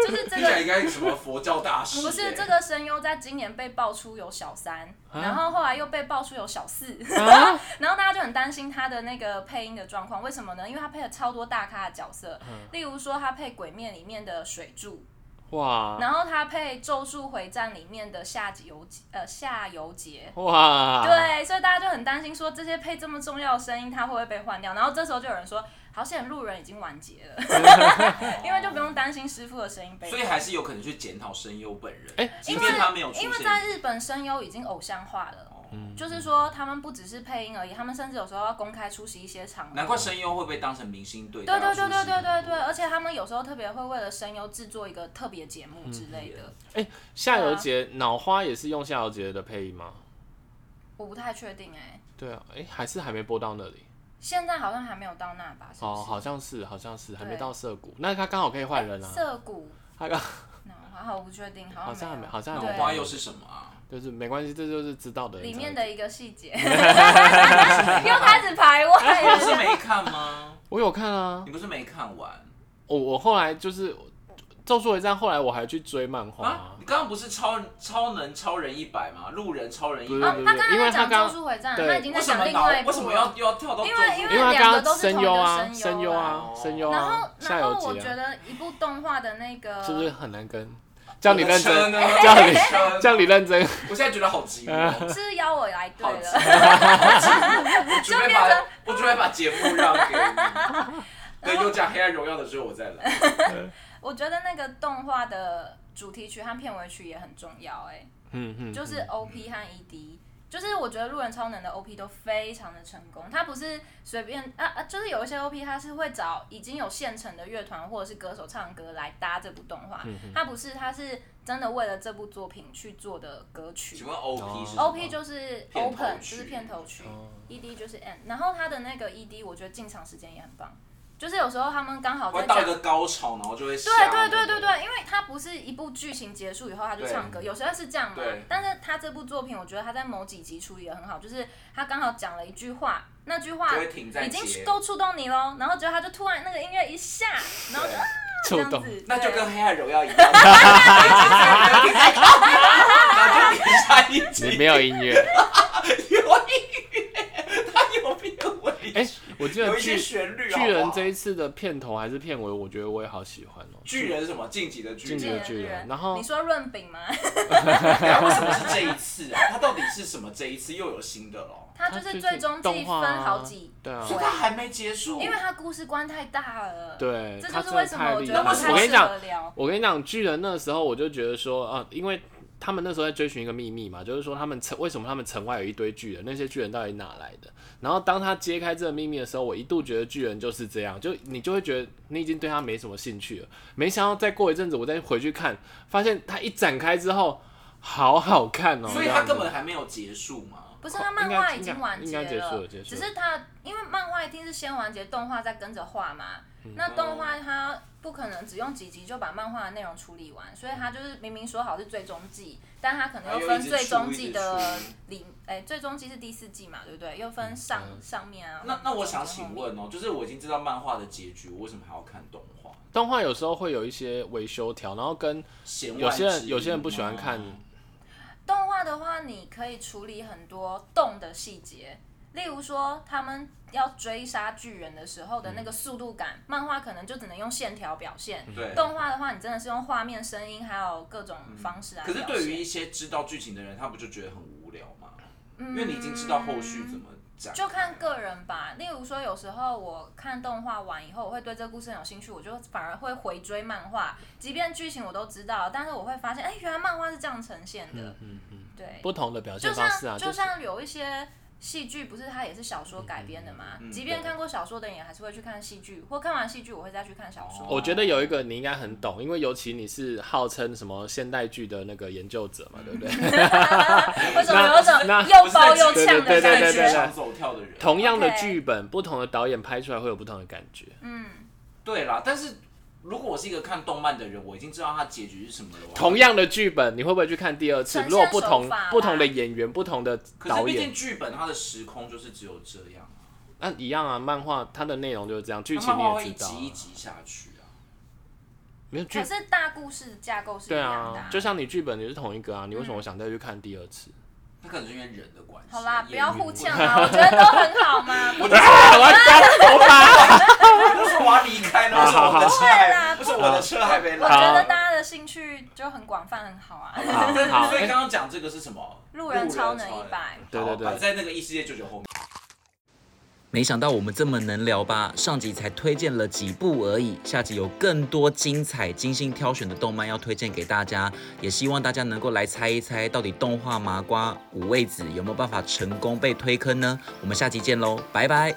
[SPEAKER 2] 就是这
[SPEAKER 1] 听起 来
[SPEAKER 2] 个。
[SPEAKER 1] 应该是什么佛教大师、
[SPEAKER 2] 不是
[SPEAKER 1] 欸
[SPEAKER 2] 这个声优在今年被爆出有小三，然后后来又被爆出有小四， 然后大家就很担心他的那个配音的状况，为什么呢？因为他配了超多大咖的角色，例如说他配《鬼面》里面的水柱，
[SPEAKER 1] 啊
[SPEAKER 3] 哇
[SPEAKER 2] 然后他配《咒术回战》里面的夏游呃夏游杰，
[SPEAKER 1] 啊
[SPEAKER 3] 哇，，
[SPEAKER 2] 对，所以大家就很担心说这些配这么重要的声音，他会不会被换掉？然后这时候就有人说，好险路人已经完结了， 因为就不用担心师傅的声音被
[SPEAKER 1] 哦所以还是有可能去检讨声优本人。
[SPEAKER 3] 哎
[SPEAKER 1] 即便他没有出嗯
[SPEAKER 2] 因为
[SPEAKER 1] 现，
[SPEAKER 2] 在日本声优已经偶像化了。就是说，他们不只是配音而已，他们甚至有时候要公开出席一些场合。
[SPEAKER 1] 难怪声优会被当成明星对待。
[SPEAKER 2] 对对对对对对
[SPEAKER 1] 出
[SPEAKER 2] 对，
[SPEAKER 1] 席
[SPEAKER 2] 而且他们有时候特别会为了声优制作一个特别节
[SPEAKER 1] 嗯
[SPEAKER 2] 目之类的。
[SPEAKER 3] 夏油杰
[SPEAKER 2] 啊
[SPEAKER 3] 脑花也是用夏油杰的配音吗？
[SPEAKER 2] 我不太确定哎、
[SPEAKER 3] 对啊，哎，还是还没播到那里。
[SPEAKER 2] 现在好像还没有到那吧？是不
[SPEAKER 3] 哦，
[SPEAKER 2] 是
[SPEAKER 3] 好像是，好像是，还没
[SPEAKER 2] 对哎
[SPEAKER 3] 到涩谷。那他刚好可以换人啊，
[SPEAKER 2] 涩谷，
[SPEAKER 3] 他刚
[SPEAKER 2] 那我好我不确定，好
[SPEAKER 3] 好像还
[SPEAKER 2] 像
[SPEAKER 3] 没，
[SPEAKER 2] 有
[SPEAKER 3] 好像
[SPEAKER 1] 那
[SPEAKER 3] 还
[SPEAKER 1] 我
[SPEAKER 3] 没
[SPEAKER 2] 对
[SPEAKER 1] 花又是什么啊？
[SPEAKER 3] 就是没关系，这就是知道的人
[SPEAKER 2] 里
[SPEAKER 3] 才
[SPEAKER 2] 面
[SPEAKER 3] 会
[SPEAKER 2] 的一个细 节， 又开始排位
[SPEAKER 1] 你不是
[SPEAKER 2] 了。哦
[SPEAKER 1] 没看吗？
[SPEAKER 3] 我有看啊，
[SPEAKER 1] 你不是没看完
[SPEAKER 3] 我我后来就是《咒术回战》，后来我还去追漫画、
[SPEAKER 1] 啊？你刚刚不是超超能超人一百吗？路人超人一
[SPEAKER 3] 不
[SPEAKER 1] 百
[SPEAKER 3] 是
[SPEAKER 2] 哦，他刚
[SPEAKER 3] 因为
[SPEAKER 2] 刚在
[SPEAKER 3] 他
[SPEAKER 2] 讲
[SPEAKER 3] 刚
[SPEAKER 2] 《咒术回战》，
[SPEAKER 3] 对
[SPEAKER 2] 他已经
[SPEAKER 1] 为
[SPEAKER 2] 啊在
[SPEAKER 1] 什
[SPEAKER 2] 讲
[SPEAKER 1] 么
[SPEAKER 2] 另
[SPEAKER 1] 脑
[SPEAKER 2] 外一部
[SPEAKER 1] 为
[SPEAKER 2] 了。
[SPEAKER 1] 什么要又要跳到
[SPEAKER 2] 因
[SPEAKER 1] 咒
[SPEAKER 2] 为
[SPEAKER 1] 术
[SPEAKER 2] 因
[SPEAKER 3] 因为他
[SPEAKER 2] 两个
[SPEAKER 3] 刚
[SPEAKER 2] 都
[SPEAKER 3] 刚
[SPEAKER 2] 是同一
[SPEAKER 3] 声
[SPEAKER 2] 个
[SPEAKER 3] 优啊，
[SPEAKER 2] 声
[SPEAKER 3] 声
[SPEAKER 2] 优
[SPEAKER 3] 优
[SPEAKER 2] 啊
[SPEAKER 3] 啊，声优
[SPEAKER 2] 然
[SPEAKER 3] 啊
[SPEAKER 2] 后，，
[SPEAKER 3] 夏
[SPEAKER 2] 然
[SPEAKER 3] 油
[SPEAKER 2] 后我
[SPEAKER 3] 杰
[SPEAKER 2] 觉
[SPEAKER 3] 啊，
[SPEAKER 2] 得一部动画的那个，
[SPEAKER 3] 是不 是很难跟？叫你认
[SPEAKER 1] 我的车啊
[SPEAKER 3] 真，
[SPEAKER 1] 呢
[SPEAKER 3] 叫
[SPEAKER 1] 我的车
[SPEAKER 3] 你哎
[SPEAKER 1] 呢
[SPEAKER 3] 叫你认真，
[SPEAKER 1] 我现在觉得好急哦。
[SPEAKER 2] 是邀我来对
[SPEAKER 1] 好急，
[SPEAKER 2] 了。
[SPEAKER 1] 我准备
[SPEAKER 2] 变
[SPEAKER 1] 把
[SPEAKER 2] 成
[SPEAKER 1] 我准备把节目让 给你。等有讲《黑暗荣耀》的时候，我再来。
[SPEAKER 2] 我觉得那个动画的主题曲和片尾曲也很重要，哎，
[SPEAKER 3] 嗯嗯，
[SPEAKER 2] 就是
[SPEAKER 3] 嗯
[SPEAKER 2] OP 和 ED，就是我觉得路人超能的 OP 都非常的成功，他不是随便啊啊，就是有一些 OP 他是会找已经有现成的乐团或者是歌手唱歌来搭这部动画，
[SPEAKER 3] 嗯
[SPEAKER 2] 他不是他是真的为了这部作品去做的歌曲
[SPEAKER 1] 请。问 OP 是什么
[SPEAKER 2] OP 就是
[SPEAKER 1] 片头
[SPEAKER 2] open，
[SPEAKER 1] 曲
[SPEAKER 2] 就是片头曲、
[SPEAKER 3] 哦
[SPEAKER 2] e d 就是 end，然后他的那个 ED 我觉得进场时间也很棒，就是有时候他们刚好
[SPEAKER 1] 会
[SPEAKER 2] 在
[SPEAKER 1] 到
[SPEAKER 2] 讲
[SPEAKER 1] 一个高潮，然后就会下
[SPEAKER 2] 对
[SPEAKER 1] 那
[SPEAKER 2] 对
[SPEAKER 1] 个
[SPEAKER 2] 对对对，因为它不是一部剧情结束以后他就唱歌，有时候是这样嘛
[SPEAKER 1] 对。
[SPEAKER 2] 但是他这部作品，我觉得他在某几集处理的很好，就是他刚好讲了一句话，那句话
[SPEAKER 1] 就会停在
[SPEAKER 2] 已
[SPEAKER 1] 结
[SPEAKER 2] 经够触动你喽，然后结果他就突然那个音乐一下，然后就
[SPEAKER 1] 对
[SPEAKER 2] 啊这
[SPEAKER 3] 触
[SPEAKER 2] 样
[SPEAKER 3] 动。
[SPEAKER 2] 子，
[SPEAKER 1] 那就
[SPEAKER 2] 对
[SPEAKER 1] 跟《黑暗荣耀》 一样， 那就停下一
[SPEAKER 3] 你
[SPEAKER 1] 集，
[SPEAKER 3] 没有音乐，
[SPEAKER 1] 有音乐，它有片尾，
[SPEAKER 3] 哎、我记得
[SPEAKER 1] 有一些
[SPEAKER 3] 巨
[SPEAKER 1] 旋律。
[SPEAKER 3] 巨
[SPEAKER 1] 好
[SPEAKER 3] 人
[SPEAKER 1] 不好
[SPEAKER 3] 这一次的片头还是片尾，我觉得我也好喜欢哦、
[SPEAKER 1] 巨人是什么？晋级的巨
[SPEAKER 3] 进击
[SPEAKER 1] 人
[SPEAKER 3] 的，巨人，然后
[SPEAKER 2] 你说润饼吗？
[SPEAKER 1] 哎为什么是这一次啊？它到底是什么？这一次又有新的喽？
[SPEAKER 2] 它就是最终季分好几，
[SPEAKER 3] 对啊
[SPEAKER 1] 所，以它还没结束。
[SPEAKER 2] 因为它故事观太大了。，
[SPEAKER 3] 对，
[SPEAKER 2] 这
[SPEAKER 3] 他
[SPEAKER 2] 就是
[SPEAKER 3] 真
[SPEAKER 2] 为
[SPEAKER 3] 的
[SPEAKER 2] 什么
[SPEAKER 3] 太
[SPEAKER 2] 我
[SPEAKER 3] 厉
[SPEAKER 2] 觉
[SPEAKER 3] 害
[SPEAKER 1] 那
[SPEAKER 2] 得不
[SPEAKER 1] 为什
[SPEAKER 3] 了。
[SPEAKER 1] 么
[SPEAKER 2] 太
[SPEAKER 3] 我跟你
[SPEAKER 2] 适
[SPEAKER 3] 讲，
[SPEAKER 2] 合聊。
[SPEAKER 3] 我跟你讲，巨人那时候我就觉得说，啊，因为他们那时候在追寻一个秘密嘛，就是说他们城为什么他们城外有一堆巨人，那些巨人到底哪来的？然后当他揭开这个秘密的时候，我一度觉得巨人就是这样，就你就会觉得你已经对他没什么兴趣了。没想到再过一阵子，我再回去看，发现他一展开之后，好好看哦、
[SPEAKER 1] 所以
[SPEAKER 3] 这
[SPEAKER 1] 它
[SPEAKER 3] 样子
[SPEAKER 1] 根本还没有结束
[SPEAKER 3] 嗯
[SPEAKER 1] 嘛。
[SPEAKER 2] 不是，它
[SPEAKER 3] 哦应
[SPEAKER 2] 漫
[SPEAKER 3] 该
[SPEAKER 2] 画已
[SPEAKER 3] 应
[SPEAKER 2] 经
[SPEAKER 3] 该
[SPEAKER 2] 完
[SPEAKER 3] 应
[SPEAKER 2] 结
[SPEAKER 3] 该结束
[SPEAKER 2] 了
[SPEAKER 3] 了结，束
[SPEAKER 2] 只
[SPEAKER 3] 了
[SPEAKER 2] 是它因为漫画一定是先完结，动画再跟着画嘛。
[SPEAKER 3] 嗯
[SPEAKER 2] 那动画它不可能只用几集就把漫画的内容处理完，所以它就是明明说好是最终季，但它可
[SPEAKER 3] 啊
[SPEAKER 2] 能又
[SPEAKER 1] 它又一
[SPEAKER 2] 分
[SPEAKER 1] 直
[SPEAKER 2] 最终
[SPEAKER 1] 出
[SPEAKER 2] 季
[SPEAKER 1] 一直
[SPEAKER 2] 的
[SPEAKER 1] 出
[SPEAKER 2] 里，哎、最终季是第四季嘛，对不对？又分上、
[SPEAKER 3] 嗯
[SPEAKER 2] 上面啊。
[SPEAKER 1] 那那我想
[SPEAKER 2] 中间
[SPEAKER 1] 请
[SPEAKER 2] 后面，
[SPEAKER 1] 问哦，就是我已经知道漫画的结局，我为什么还要看动画？
[SPEAKER 3] 动画有时候会有一些维修条，然后跟
[SPEAKER 1] 弦外
[SPEAKER 3] 有些
[SPEAKER 1] 之
[SPEAKER 3] 人
[SPEAKER 1] 音
[SPEAKER 3] 有些人不喜欢
[SPEAKER 1] 吗
[SPEAKER 3] 看，
[SPEAKER 2] 动画的话，你可以处理很多动的细节。例如说，他们要追杀巨人的时候
[SPEAKER 1] 嗯
[SPEAKER 2] 的那个速度感，漫画可能就只能用线条表现，
[SPEAKER 1] 对。
[SPEAKER 2] 动画的话，你真的是用画面、声音还有各种方式来
[SPEAKER 1] 嗯可
[SPEAKER 2] 表
[SPEAKER 1] 是
[SPEAKER 2] 现。
[SPEAKER 1] 对于一些知道剧情的人，他不就觉得很无聊吗？因为你已经知道后续怎么讲，
[SPEAKER 2] 嗯就看个人吧。例如说，有时候我看动画完以后，我会对这个故事很有兴趣，我就反而会回追漫画，即便剧情我都知道，但是我会发现，哎、原来漫画是这样呈现的。嗯嗯，对。
[SPEAKER 3] 不同的表现
[SPEAKER 2] 就
[SPEAKER 3] 方式
[SPEAKER 2] 像
[SPEAKER 3] 啊，
[SPEAKER 2] 就是像有一些戏剧，不是它也是小说改编的嘛？
[SPEAKER 3] 嗯
[SPEAKER 2] 即便看过小说的人，也还是会去看戏剧，或看完戏剧，我会再去看小说。
[SPEAKER 3] 哦我觉得有一个你应该很懂，因为尤其你是号称什么现代剧的那个研究者
[SPEAKER 1] 嗯
[SPEAKER 3] 嘛，对不对？
[SPEAKER 2] 为什么有一种
[SPEAKER 3] 那
[SPEAKER 2] 又包又
[SPEAKER 1] 不是在
[SPEAKER 2] 呛的
[SPEAKER 3] 对对
[SPEAKER 2] 感
[SPEAKER 1] 在
[SPEAKER 3] 对对
[SPEAKER 1] 剧
[SPEAKER 2] 觉？
[SPEAKER 1] 场走跳的人，
[SPEAKER 3] 同样的
[SPEAKER 2] OK
[SPEAKER 3] 剧本，不同的导演拍出来会有不同的感觉。
[SPEAKER 1] 对啦。但是如果我是一个看动漫的人，我已经知道它结局是什么了。我还
[SPEAKER 3] 同样的剧本，你会不会去看第二次？
[SPEAKER 2] 呈现
[SPEAKER 3] 如果不
[SPEAKER 2] 手
[SPEAKER 3] 同
[SPEAKER 2] 法啦
[SPEAKER 3] 不同的演员、不同的
[SPEAKER 1] 可是
[SPEAKER 3] 导
[SPEAKER 1] 毕
[SPEAKER 3] 演
[SPEAKER 1] 竟，剧本它的时空就是只有这样啊，
[SPEAKER 3] 那一样啊。漫画它的内容就是这样，剧
[SPEAKER 1] 那
[SPEAKER 3] 情
[SPEAKER 1] 漫
[SPEAKER 3] 你
[SPEAKER 1] 画会
[SPEAKER 3] 也
[SPEAKER 1] 一
[SPEAKER 3] 知道
[SPEAKER 1] 集
[SPEAKER 3] 啊，
[SPEAKER 1] 一集下去啊。
[SPEAKER 3] 没有剧
[SPEAKER 2] 可是大故事的架构是一
[SPEAKER 3] 对
[SPEAKER 2] 样的、
[SPEAKER 3] 啊，就像你剧本你是同一个啊，你为什么想再去看第二次？
[SPEAKER 1] 那可能是因为人的关系。
[SPEAKER 2] 好啦，
[SPEAKER 1] 也
[SPEAKER 2] 不要互呛 啊啦，我觉得都很好 嘛。
[SPEAKER 1] 嗯
[SPEAKER 2] 不
[SPEAKER 3] 啊我要抓 头发。
[SPEAKER 1] 我 就说我要离开了，我说我的车
[SPEAKER 2] 好好好
[SPEAKER 1] 还，我说我的车还没来。
[SPEAKER 2] 我觉得大家的兴趣就很广泛，很好啊。
[SPEAKER 3] 好 好，
[SPEAKER 1] 所以
[SPEAKER 3] 哎
[SPEAKER 1] 刚刚讲这个是什么？
[SPEAKER 2] 路人超能
[SPEAKER 1] 路人
[SPEAKER 2] 一百，
[SPEAKER 3] 对对对
[SPEAKER 1] 好摆在那个异世界舅舅后面。
[SPEAKER 4] 没想到我们这么能聊吧？上集才推荐了几部而已，下集有更多精彩、精心挑选的动漫要推荐给大家，也希望大家能够来猜一猜，到底动画麻瓜五味子有没有办法成功被推坑呢？我们下集见喽，拜拜。